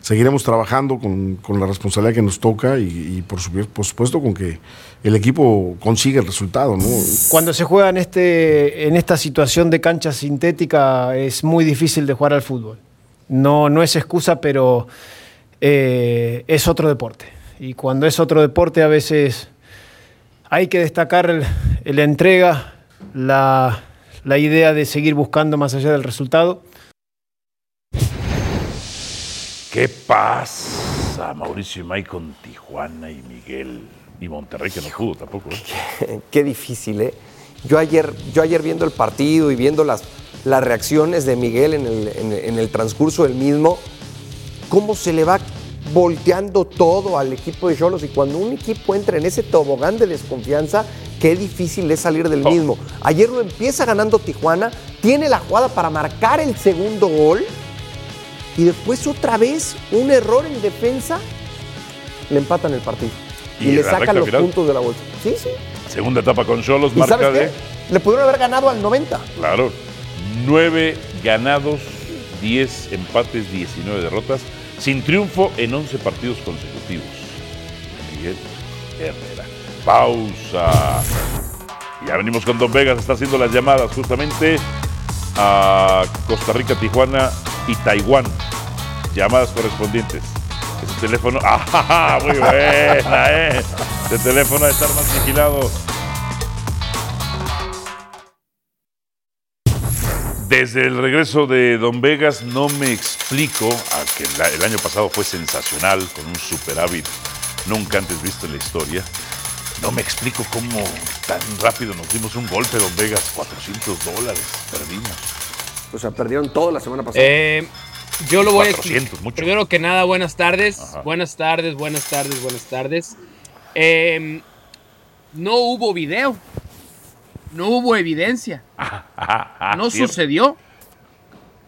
seguiremos trabajando con, con la responsabilidad que nos toca y, y por, supu- por supuesto con que el equipo consiga el resultado, ¿no?
Cuando se juega en, este, en esta situación de cancha sintética es muy difícil de jugar al fútbol. No, no es excusa, pero eh, es otro deporte. Y cuando es otro deporte a veces hay que destacar el- la entrega, la, la idea de seguir buscando más allá del resultado.
¿Qué pasa, Mauricio y Mike con Tijuana y Miguel y Monterrey, que no pudo tampoco? ¿eh?
Qué difícil, ¿eh? Yo ayer, yo ayer viendo el partido y viendo las, las reacciones de Miguel en el, en el- en el transcurso del mismo, cómo se le va volteando todo al equipo de Cholos y cuando un equipo entra en ese tobogán de desconfianza, qué difícil es salir
Oh.
del mismo. Ayer lo empieza ganando Tijuana, tiene la jugada para marcar el segundo gol y después otra vez un error en defensa, le empatan el partido y,
Y en
le
la
sacan
recta
los
final.
puntos de la bolsa. Sí, sí.
Segunda etapa con Cholos,
¿Y
marca
sabes qué?
de.
Le pudieron haber ganado al 90.
Claro. Nueve ganados, 10 empates, 19 derrotas, sin triunfo en 11 partidos consecutivos. Miguel
Eh,
Herrera. Pausa. Ya venimos con Don Vegas, está haciendo las llamadas justamente a Costa Rica, Tijuana y Taiwán. Llamadas correspondientes. Ese teléfono, <laughs> ¡ah, muy buena, eh! Este teléfono de estar más vigilado. Desde el regreso de Don Vegas no me explico, a que la- el año pasado fue sensacional con un superávit nunca antes visto en la historia. No me explico cómo tan rápido nos dimos un golpe, don Vegas. 400 dólares perdimos.
O sea, perdieron todo la semana pasada.
Eh, yo lo voy a
400, mucho.
Primero que nada, buenas tardes. Buenas tardes, buenas tardes, buenas tardes. Eh, no hubo video. No
<laughs>
hubo evidencia.
Ah,
No sucedió.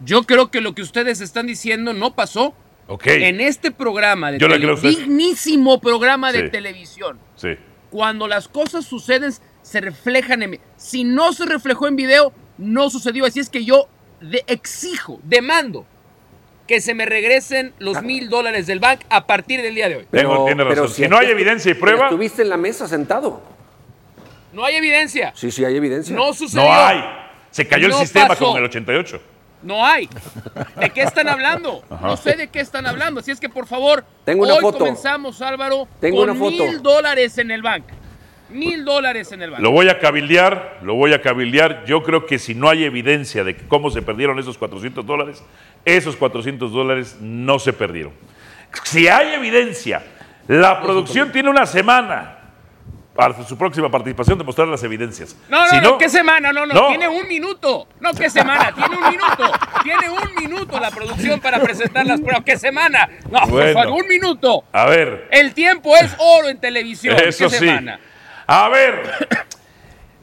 Yo creo que lo que ustedes están diciendo no pasó.
Ok.
En este programa de
Yo le
tele-
creo a ustedes.
dignísimo programa de
Sí.
televisión,
Sí.
cuando las cosas suceden, se reflejan en... Si no se reflejó en video, no sucedió. Así es que yo de- exijo, demando que se me regresen los mil dólares del bank a partir del día de hoy.
Tengo- tiene razón. Si no hay evidencia y prueba-
Estuviste en la mesa sentado.
No hay evidencia.
Sí, sí, hay evidencia.
No sucedió.
No hay. Se cayó
No
el sistema
pasó.
como en el 88.
No hay. ¿De qué están hablando?
<laughs> Ajá.
No sé de qué están hablando. Así es que, por favor,
Tengo una
hoy
foto.
comenzamos, Álvaro,
Tengo
con
una foto.
mil dólares en el bank. Mil dólares en el bank.
Lo voy a cabildear, lo voy a cabildear. Yo creo que si no hay evidencia de cómo se perdieron esos 400 dólares, esos 400 dólares no se perdieron. Si hay evidencia, la producción tiene una semana para su próxima participación de mostrar las evidencias.
No, no,
Si
no, ¿qué semana? No, no,
No.
tiene un minuto. No, ¿qué semana? Tiene un minuto. Tiene un minuto la producción para presentar las pruebas. ¿Qué semana? No, por
Bueno.
favor, un minuto.
A ver,
El tiempo es oro en televisión.
Eso
¿Qué
sí.
semana?
A ver.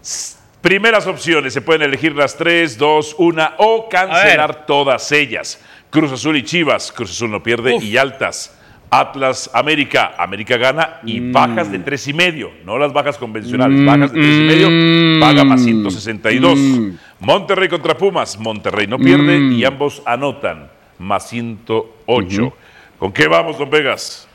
S- Primeras opciones. Se pueden elegir las 3, 2, 1 o cancelar todas ellas. Cruz Azul y Chivas. Cruz Azul no pierde y altas. Atlas América. América gana y
Mm.
bajas de tres y medio. No las bajas convencionales. bajas de tres
mm.
y medio. Paga más 162. Monterrey contra Pumas. Monterrey no pierde
Mm.
y ambos anotan. Más 108. ¿Con qué vamos, don Vegas?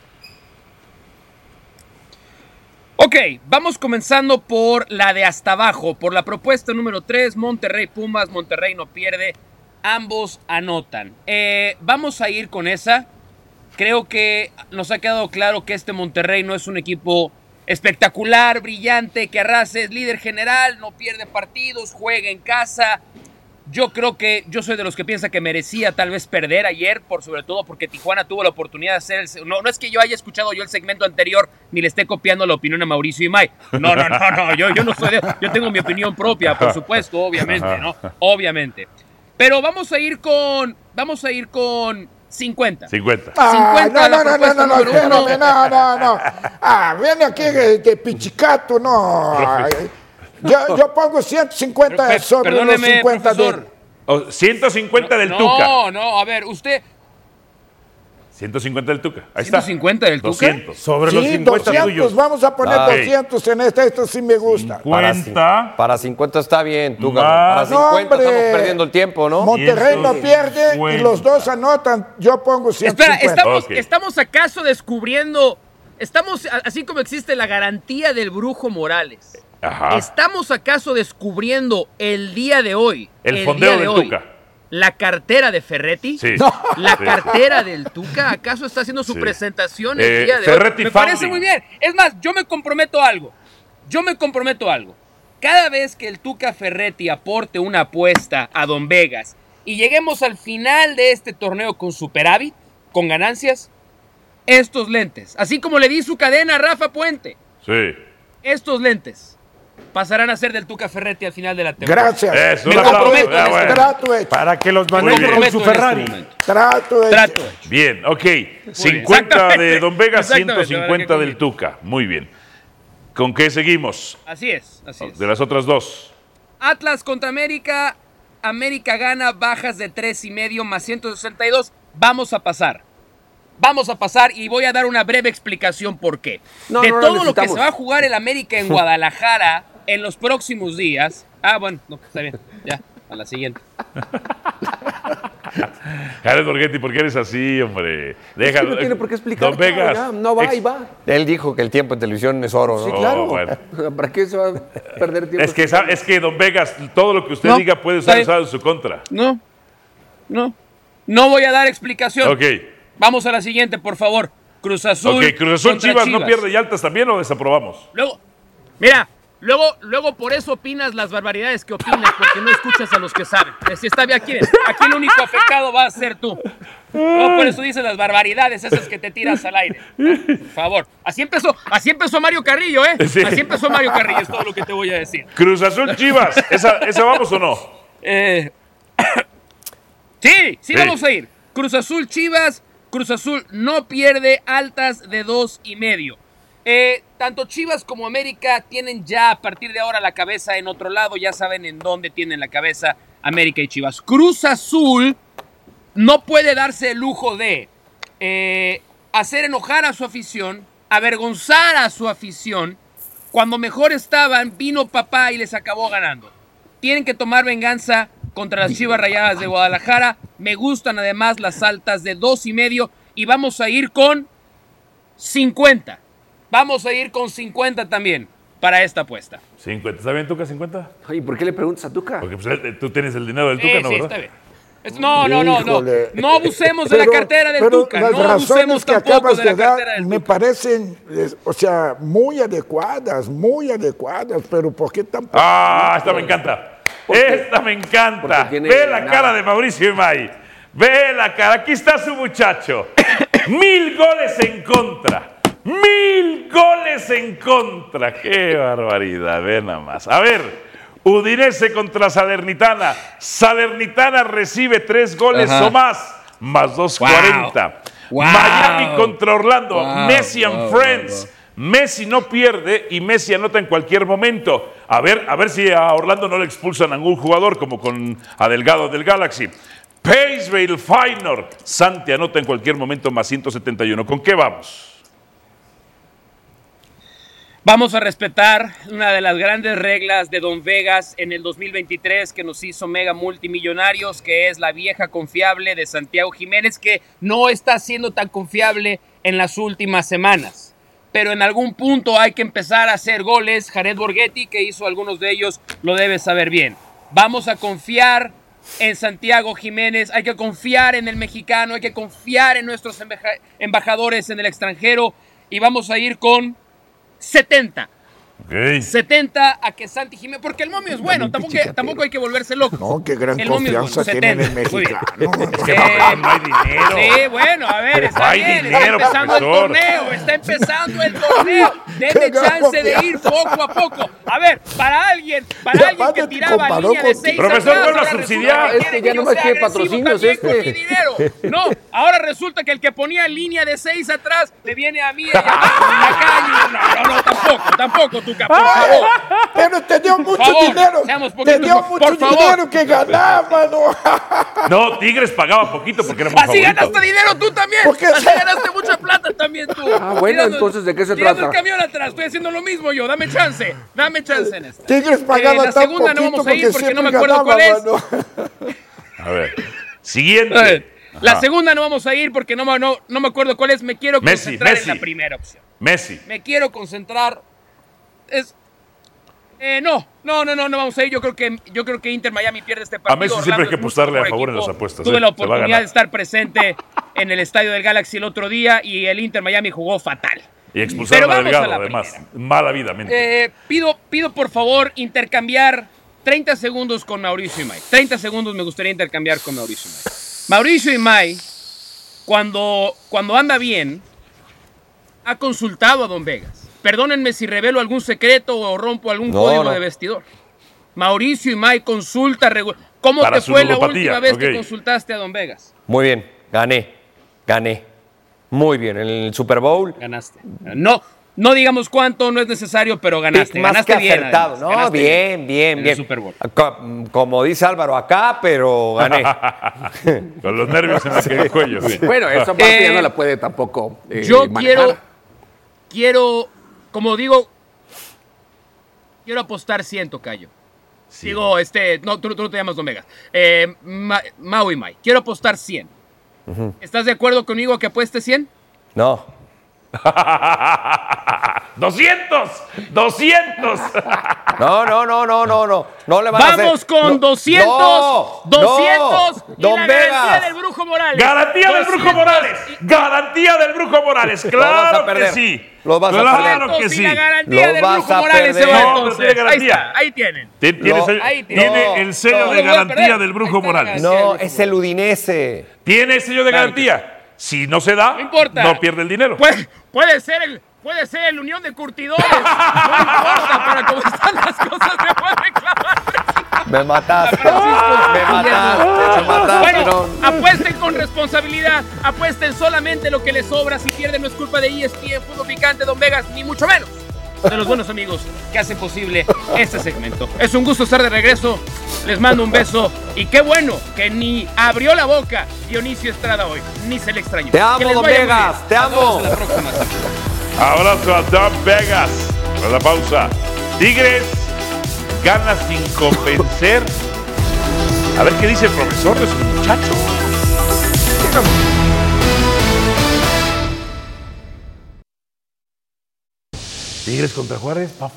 Ok, vamos comenzando por la de hasta abajo, por la propuesta número 3, Monterrey Pumas, Monterrey no pierde, ambos anotan. Eh, vamos a ir con esa. Creo que nos ha quedado claro que este Monterrey no es un equipo espectacular, brillante, que arrase, es líder general, no pierde partidos, juega en casa. Yo creo que yo soy de los que piensa que merecía tal vez perder ayer, por sobre todo porque Tijuana tuvo la oportunidad de hacer el se- no no es que yo haya escuchado yo el segmento anterior ni le esté copiando la opinión a Mauricio Imay. No, no, no, no, yo, yo no soy de- yo tengo mi opinión propia, por supuesto, obviamente, ¿no? Obviamente. Pero vamos a ir con vamos a ir con 50.
50.
Ah,
50 la
no, no, no,
propuesta
no, no,
número uno.
espérame, no, no, no. Ah, viene aquí de, de pichicato, no. Ay, Yo, yo pongo 150
Pe-
sobre los
perdóneme,
50 de...
profesor. O 150 del Tuca.
No, no, a ver, usted
150 del Tuca. Ahí está.
150 del Tuca.
200. Sobre
Sí, 200, vamos a poner
Ah.
200 en esta, esto sí me gusta.
Para, cin- para 50 está bien, tú, Para
Más-
50 estamos
¡Hombre!
perdiendo el tiempo, ¿no?
Monterrey no pierde y los dos anotan, yo pongo 150.
Espera, ¿estamos, ¿estamos acaso descubriendo, estamos, a- así como existe la garantía del brujo Morales,
Ajá.
estamos acaso descubriendo el día de hoy,
El
día
fondeo
de
del
hoy,
Tuca.
la cartera de Ferretti?
Sí. No.
¿La
Sí.
cartera del Tuca? ¿Acaso está haciendo su
Sí.
presentación el
Eh,
día de
Ferretti
hoy? Me
Founding.
parece muy bien. Es más, yo me comprometo a algo. Yo me comprometo a algo. Cada vez que el Tuca Ferretti aporte una apuesta a Don Vegas y lleguemos al final de este torneo con superávit, con ganancias, estos lentes, así como le di su cadena a Rafa Puente,
Sí.
estos lentes pasarán a ser del Tuca Ferretti al final de la temporada.
Gracias.
Me comprometo. en este momento.
Trato hecho.
Ah, Para que los
maneje con su Ferrari.
este
Trato hecho.
Bien, ok. 50
Exactamente.
de Don Vegas,
Exactamente,
150 del Tuca. Muy bien. ¿Con qué seguimos?
Así es, así es.
De las otras dos.
Atlas contra América. América gana bajas de tres y medio más 162. Vamos a pasar. Vamos a pasar y voy a dar una breve explicación por qué.
No,
de
no, no
todo lo que
necesitamos.
se va a jugar el América
<laughs>
en Guadalajara en los próximos días. Ah, bueno, no, está bien. Ya, a la siguiente.
Jared Borghetti, ¿por qué eres así, hombre? Déjalo.
no tiene por qué explicar,
Don Vegas.
chavo, ya,
No va
ex-
y va.
Él dijo que el tiempo en televisión es oro, ¿no?
Sí, claro. <laughs> ¿Para qué se va a perder tiempo?
Oh, Es que, sa- es que Don Vegas, todo lo que usted
No,
diga puede
está
ser
bien.
usado en su contra.
No, no. No voy a dar explicación.
Ok.
Vamos a la siguiente, por favor. Cruz Azul.
Ok, Cruz Azul
contra
Chivas, no pierde y altas también o desaprobamos.
Luego, mira, Luego, luego por eso opinas las barbaridades que opinas, porque no escuchas a los que saben. Si está bien, aquí, aquí el único afectado va a ser tú. No, por eso dices las barbaridades esas que te tiras al aire. Por favor. Así empezó, así empezó Mario Carrillo, ¿eh?
Sí.
Así empezó Mario Carrillo, es todo lo que te voy a decir.
Cruz Azul Chivas, ¿esa, esa vamos o no?
Eh, <coughs> sí, sí,
Sí.
vamos a ir. Cruz Azul Chivas, Cruz Azul no pierde altas de dos y medio. Eh, tanto Chivas como América tienen ya a partir de ahora la cabeza en otro lado, ya saben en dónde tienen la cabeza América y Chivas. Cruz Azul no puede darse el lujo de eh, hacer enojar a su afición, avergonzar a su afición. Cuando mejor estaban, vino papá y les acabó ganando. Tienen que tomar venganza contra las Chivas Rayadas de Guadalajara. Me gustan además las altas de dos y medio y vamos a ir con 50. Vamos a ir con 50 también para esta apuesta.
50. ¿Está bien, Tuca, 50?
Oye, ¿por qué le preguntas a Tuca?
Porque pues, él- tú tienes el dinero del Tuca,
Eh,
¿no,
sí,
verdad?
está bien. Es- No, no, no, no.
Híjole.
No abusemos de la
Pero-
cartera del
pero
Tuca.
Las
No abusemos
razones que
tampoco
acabas
de la
de dar
cartera del
me parecen, es- o sea, muy adecuadas, muy adecuadas, pero ¿por qué tan
Ah, esta me encanta. Esta me encanta. Ve la cara de Mauricio Imay. Ve la cara. Aquí está
<coughs>
su muchacho. Mil goles en contra. Mil goles en contra. Qué barbaridad. Ve nada más. A ver. Udinese contra Salernitana. Salernitana recibe tres goles
Ajá.
o más. Más 2.40.
Wow.
Miami contra Orlando.
Wow,
Messi and
wow,
Friends. Messi no pierde y Messi anota en cualquier momento. A ver, a ver si a Orlando no le expulsan a ningún jugador, como con a Delgado del Galaxy. Paysvale Feyenoord. Santi anota en cualquier momento más 171. ¿Con qué vamos?
Vamos a respetar una de las grandes reglas de Don Vegas en el 2023 que nos hizo mega multimillonarios, que es la vieja confiable de Santiago Jiménez, que no está siendo tan confiable en las últimas semanas. Pero en algún punto hay que empezar a hacer goles. Jared Borghetti, que hizo algunos de ellos, lo debe saber bien. Vamos a confiar en Santiago Jiménez, hay que confiar en el mexicano, hay que confiar en nuestros embeja- embajadores en el extranjero y vamos a ir con 70. 70 a que Santi Jiménez, porque el momio es bueno, tampoco, que- tampoco hay que volverse loco.
No, qué gran
El momio es
confianza
bueno,
tiene en el
70, muy bien.
mexicano.
Eh, Sí, bueno, a ver,
Pero no
está
hay
bien, está
dinero,
empezando
profesor.
el torneo, está empezando el torneo. Denle
<laughs> Qué gran
chance de ir
confianza.
poco a poco. A ver, para alguien, para alguien que tiraba
comparó
línea de
con-
6
Profesor, vuelva a subsidiar.
Es que ya no me quiere patrocinios
este.
No, ahora resulta que el que ponía línea de 6 atrás le viene a mí y a Ah, la calle. No, no, no, tampoco, tampoco, tu por favor.
Pero te dio mucho
favor,
dinero.
seamos
Te
poquitos,
dio
por-
mucho
por favor.
dinero que ganaba, ¿no?
No, Tigres pagaba poquito porque era muy
Así
favorito.
ganaste dinero tú también. Así ganaste mucha plata también tú. Ah,
bueno, entonces, ¿de qué se
el
trata?
camión atrás, estoy haciendo lo mismo yo. Dame chance, dame chance en esta.
Tigres
Eh,
pagaba
la
tan
segunda no
poquito
vamos a
porque
ir porque no me
siempre
acuerdo cuál es.
ganaba, mano.
A ver. Siguiente.
Eh, La
Ajá.
segunda no vamos a ir porque no, me- no, no me acuerdo cuál es. Me quiero
Messi,
concentrar
Messi.
en la primera opción.
Messi.
Me quiero concentrar. Es. eh, no, no, no, no, no vamos a ir. Yo creo que, yo creo que Inter Miami pierde este
A
partido.
Messi siempre hay que apostarle a favor en las apuestas.
Tuve
¿eh?
la
Se va a ganar.
oportunidad de estar presente en el estadio del Galaxy el otro día y el Inter Miami jugó fatal.
Y expulsaron
Pero
a
vamos
Delgado,
a la
además. Mala vida, mente.
Eh, pido, pido por favor intercambiar 30 segundos con Mauricio Imay. 30 segundos me gustaría intercambiar con Mauricio Imay. Mauricio Imay, cuando, cuando anda bien, ha consultado a Don Vegas. Perdónenme si revelo algún secreto o rompo algún
No,
código
no.
de vestidor. Mauricio Imay consulta regu- ¿Cómo
Para
te
su
fue la
ludopatía,
última vez
ok.
que consultaste a Don Vegas?
Muy bien, gané, gané. Muy bien, en el Super Bowl.
Ganaste. No, no digamos cuánto, no es necesario, pero ganaste.
Más
ganaste
que
bien,
acertado,
además.
¿no?
Ganaste
bien, bien,
En el
bien.
Super Bowl.
Acá, mm, Como dice Álvaro, acá, pero gané.
<laughs> Con los nervios en la que el cuello. sí.
Bueno, esa parte ya
Eh,
no la puede tampoco. eh,
Yo
manejar.
quiero, quiero, como digo, quiero apostar 100, Cayo. Digo, este, no, tú, tú no te llamas Don Vegas. Eh, Ma- Mau y Mai, quiero apostar 100.
Ujú.
¿Estás de acuerdo conmigo a que apueste
<laughs>
100?
No.
200, 200.
No, no, no, no, no, no. No le van a hacer.
Vamos con
No,
200,
no,
200
no,
y
Don
la garantía
Vegas.
del Brujo Morales.
Garantía del Brujo
200.
Morales. Garantía del Brujo Morales.
Lo vas
Claro
a
que
perder.
sí.
Lo vas a perder.
Claro que
Si
sí.
la garantía
Lo
del
vas
Brujo
a
Morales se va
perder. No,
entonces.
pero tiene garantía.
Ahí, está, ahí tienen.
Tien- tiene
No,
el-
ahí tiene.
tiene
No,
el sello
no,
de
lo voy a
garantía
perder.
del Brujo Morales.
No, es el Udinese.
Tiene el sello de garantía. Si no se da, no,
importa. Pues.
pierde el dinero.
Puede, puede ser el. Puede ser el Unión de Curtidores. No importa, para cómo están las cosas se puede clavar.
Me mataste. Me mataste. Me mataste.
¡Oh! Bueno,
no.
apuesten con responsabilidad, apuesten solamente lo que les sobra. Si pierden, no es culpa de E ESPN, Fútbol Picante, Don Vegas, ni mucho menos de los buenos amigos que hacen posible este segmento. Es un gusto estar de regreso, les mando un beso y qué bueno que ni abrió la boca Dionisio Estrada hoy, ni se le extrañó.
Te amo,
Que les
Don
vaya muy
Vegas,
bien.
te
Nos vemos
amo.
en la próxima.
Abrazo a Don Vegas. Tras la pausa. Tigres gana sin convencer. A ver qué dice el profesor de su muchacho. Tigres contra Juárez. pa-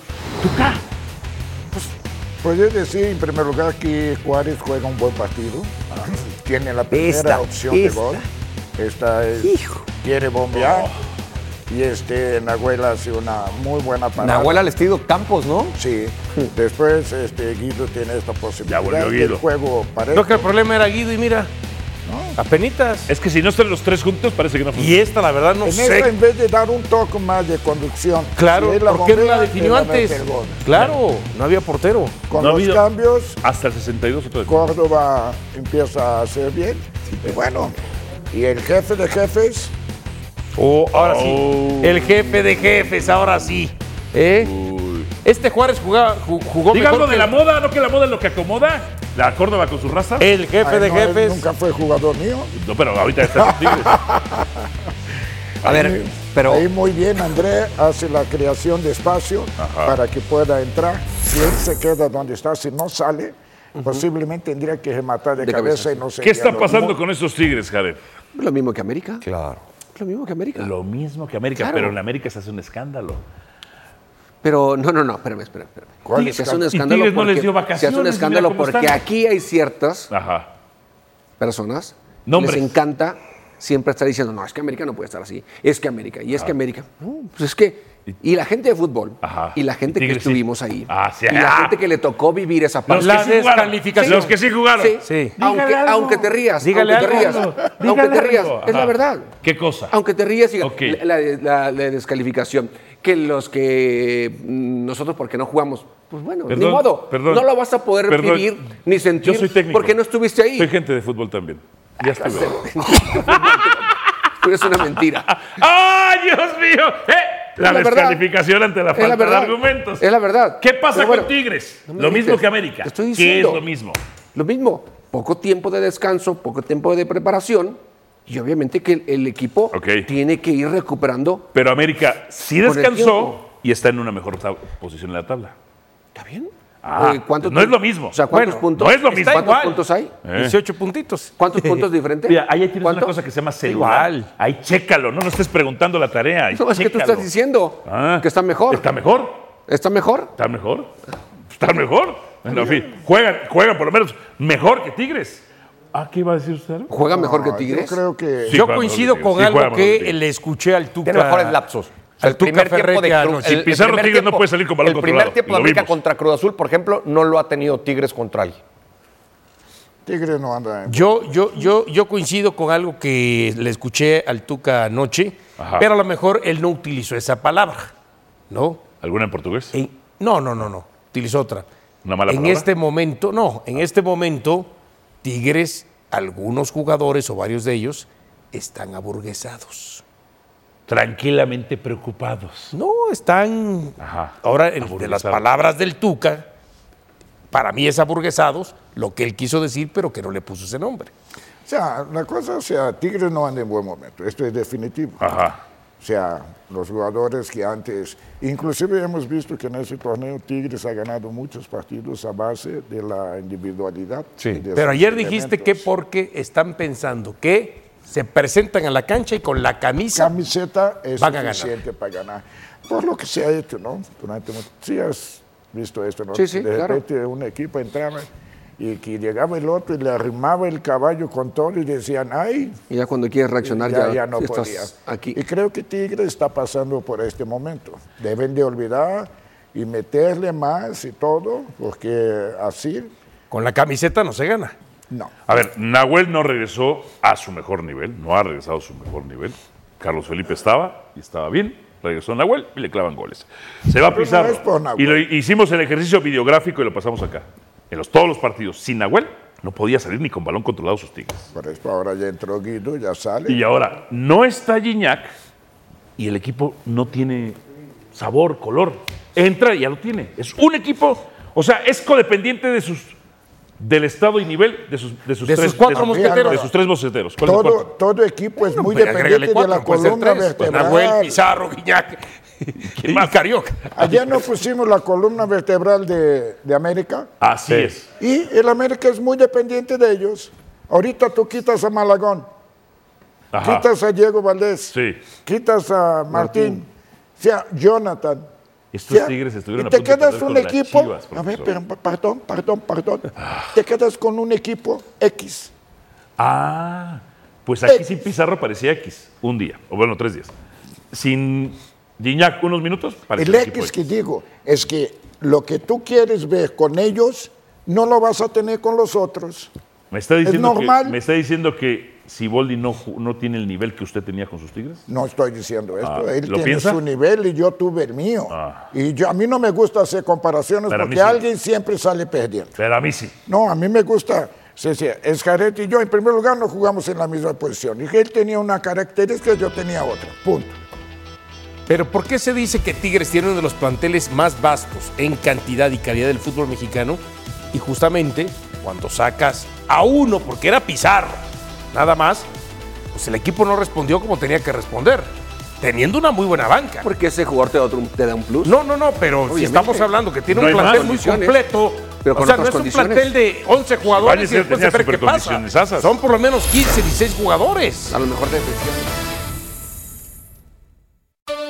Pues yo decir en primer lugar que Juárez juega un buen partido.
Ah.
Tiene la primera
Esta,
opción
esta.
de gol. Esta es, quiere bombear.
Oh.
Y este Nahuel hace una muy buena parada.
Nahuel Alestido Campos, ¿no?
Sí. Después este, Guido tiene esta posibilidad.
volvió
del
Guido.
juego parejo.
Creo que el problema era Guido y mira. Apenitas.
Es que si no están los tres juntos, parece que no
Y esta, la verdad, no
en
sé.
esta, en vez de dar un toque más de conducción.
Claro,
si él
¿por qué no
bombea,
la definió
le van a
antes?
meter gol.
Claro, no había portero.
Con
No ha
los
habido-
cambios,
Hasta el 62 otra vez.
Córdoba empieza a hacer bien. Y bueno, y el jefe de jefes,
Oh, ahora
Oh.
sí. El jefe de jefes, ahora sí. ¿Eh? Este Juárez jugaba, ju- jugó
Diga algo
mejor
de
que
la moda, no que la moda es lo que acomoda. La Córdoba con su raza.
el jefe
ay,
de
no, él
jefes.
nunca fue jugador mío.
No, pero ahorita está los
<laughs>
Tigres.
A ver, pero
Ahí muy bien André hace la creación de espacio para que pueda entrar. Si él se queda donde está, si no sale, posiblemente tendría que rematar de,
De
cabeza,
cabeza,
y no
¿Qué
sería
está
lo
pasando
mismo.
con estos Tigres, Jared?
Lo mismo que América.
claro.
Lo mismo que América.
Lo mismo que América,
Claro.
pero en América se hace un escándalo.
Pero no, no, no, espérame, espérame. espérame.
¿Cuál
Se hace un
escándalo? Y
escándalo
Tigres no
porque,
les dio vacaciones,
se hace un
mira
escándalo
cómo
porque
están.
aquí hay ciertas
Ajá.
personas
Nombres.
les encanta siempre estar diciendo, no, es que América no puede estar así, es que América,
Ah.
y es que América. No, pues es que... Y la gente de fútbol,
Ajá.
y la
Y
gente que
Tigres sí.
estuvimos ahí,
Ah, sí,
y la
ah.
gente que le tocó vivir esa parte.
La
sí jugaron.
descalificación.
Los que sí jugaron.
Sí.
Sí.
Aunque,
Dígale algo.
aunque te rías,
Dígale
aunque te
algo,
rías,
Aldo.
aunque
Dígale
te rías,
algo.
es la
Ajá.
verdad.
¿Qué cosa?
Aunque te rías, y
Ok.
la, la- la- la descalificación, que los que mm, nosotros porque no jugamos, pues bueno,
Perdón,
ni modo,
perdón.
no lo vas a poder
Perdón.
vivir ni sentir
Yo soy técnico.
porque no estuviste ahí.
Soy gente de fútbol también. Ya estuve.
<laughs> Pero es una mentira.
¡Ay, Dios mío! ¡Eh! La,
Es la verdad.
descalificación ante la
Es la
falta de
verdad.
argumentos.
Es la verdad.
¿Qué pasa
Pero bueno,
con Tigres?
no me
lo mismo
grites.
que América.
Te estoy
¿Qué es
diciendo.
lo mismo?
Lo mismo, poco tiempo de descanso, poco tiempo de preparación y obviamente que el, el equipo
Ok.
tiene que ir recuperando.
Pero América sí
Con el
descansó
tiempo.
y está en una mejor tab- posición en la tabla.
¿Está bien?
Ah,
Eh, ¿cuánto
no es
tiempo?
lo mismo.
O sea, ¿cuántos
Bueno,
puntos?
no es lo mismo.
¿Cuántos
igual.
puntos hay?
Eh.
18 puntitos. <laughs>
¿Cuántos puntos diferentes?
Mira, ahí tienes
¿Cuánto?
una cosa que se llama celular.
Igual.
Ahí chécalo, no nos estés preguntando la tarea. ahí
<laughs> No, es que tú
chécalo.
estás diciendo
Ah.
que está mejor.
Está mejor.
¿Está mejor?
¿Está mejor? ¿Está mejor? Bueno, en fin, juegan, juegan por lo menos mejor que Tigres. ¿Ah, qué iba a decir usted?
¿Juega mejor que
No,
Tigres?
Ah, Yo creo que
Sí,
Yo
juega
coincido
mejor
con
que Tigres. Sí, juega
algo
mejor que
que
Tigres.
le escuché al Tuca.
Tiene mejores lapsos. O sea,
Al
el
Tuca
primer tiempo de
Ferretti
Cruz,
anoche.
el- el
Pizarro
primer
Tigres ah, no
tiempo-
puede salir con balón
El primer
controlado,
tiempo
lo
de América
vimos.
contra Cruz Azul, por ejemplo, no lo ha tenido Tigres contra alguien.
Tigres no anda en...
Yo, yo, yo, yo coincido con algo que le escuché al Tuca anoche,
Ajá.
pero a lo mejor él no utilizó esa palabra, ¿no?
¿Alguna en portugués?
En- no, no, no, no. Utilizó otra.
¿Una mala
en
palabra?
este momento, no, en este momento, Tigres, algunos jugadores o varios de ellos, están aburguesados.
Tranquilamente preocupados.
No, están.
Ajá.
Ahora, el- de las
Aburguesados.
palabras del Tuca, para mí es aburguesados lo que él quiso decir, pero que no le puso ese nombre.
O sea, la cosa, o sea, Tigres no anda en buen momento. Esto es definitivo.
Ajá.
O sea, los jugadores que antes, inclusive hemos visto que en ese torneo Tigres ha ganado muchos partidos a base de la individualidad. Sí,
Pero ayer dijiste que porque están pensando que se presentan a la cancha y con la camisa.
camiseta es
Van a ganar.
suficiente para ganar. Por lo que se ha hecho, ¿no? Durante mucho- sí has visto esto, ¿no?
Sí, sí,
De
claro.
repente un equipo entraba Y que llegaba el otro y le arrimaba el caballo con todo y decían, ay.
Y ya cuando quieres reaccionar,
ya,
ya,
ya no
estás
podía.
aquí.
Y creo que Tigre está pasando por este momento. Deben de olvidar y meterle más y todo, porque así
Con la camiseta no se gana.
no.
A ver, Nahuel no regresó a su mejor nivel, no ha regresado a su mejor nivel. Carlos Felipe estaba y estaba bien. Regresó Nahuel y le clavan goles. Se va a
Pero no
pisar.
es por Nahuel.
y lo hicimos el ejercicio videográfico y lo pasamos acá. En los, todos los partidos, sin Nahuel, no podía salir ni con balón controlado sus tigres.
Por eso ahora ya entró Guido, ya sale.
Y ahora no está Gignac y el equipo no tiene sabor, color. Entra y ya lo tiene. Es un equipo, o sea, es codependiente de sus del estado y nivel de sus, de sus
De
tres
sus cuatro
de sus-
mosqueteros.
De sus tres mosqueteros. ¿Cuáles
Todo,
cuatro?
todo equipo es muy
Pero agrégale
dependiente de
cuatro,
la
puede ser
columna
tres. Pues,
vertebral.
Nahuel,
Pizarro,
<laughs>
Guiñac y Carioca.
Allá no pusimos la columna vertebral de, de América.
Así es.
Y el América es muy dependiente de ellos. Ahorita tú quitas a Malagón,
Ajá.
quitas a Diego Valdés,
Sí.
quitas a Martín, o sea, Jonathan.
Estos
o sea,
tigres estuvieron
y
a
te
punto de
quedas
perder
un
con las
equipo.
Chivas,
a ver,
profesor.
pero, perdón, perdón, perdón. Te quedas con un equipo X.
Ah, pues aquí sin Pizarro parecía X, un día, o bueno, tres días. Sin Gignac, unos minutos, parecía
El
un equipo
X que digo es que lo que tú quieres ver con ellos no lo vas a tener con los otros.
Me está
Es
diciendo
normal.
que me está diciendo que Siboldi no ju- no tiene el nivel que usted tenía con sus Tigres.
No estoy diciendo esto.
Ah,
Él
¿lo
tiene
piensa?
su nivel y yo tuve el mío. Y yo, a mí no me gusta hacer comparaciones
Para mí
porque
sí.
alguien siempre sale perdiendo.
Pero a mí sí.
No, a mí me gusta. sí, sí, es Jared y yo, en primer lugar, no jugamos en la misma posición. Y que él tenía una característica, yo tenía otra. Punto.
Pero ¿por qué se dice que Tigres tiene uno de los planteles más vastos en cantidad y calidad del fútbol mexicano? Y justamente cuando sacas a uno, porque era Pizarro, nada más, pues el equipo no respondió como tenía que responder, teniendo una muy buena banca. Porque ese jugador te da, un plus. No, no, no, pero si
Obviamente.
estamos hablando que tiene un
No hay más
plantel muy
condiciones.
completo,
Pero
o
con
sea, no es
otras
un
condiciones.
plantel de 11 jugadores
Valle
y después de
tenía
ver qué pasa.
supercondiciones, asas.
Son por lo menos 15, 16 jugadores. A lo mejor de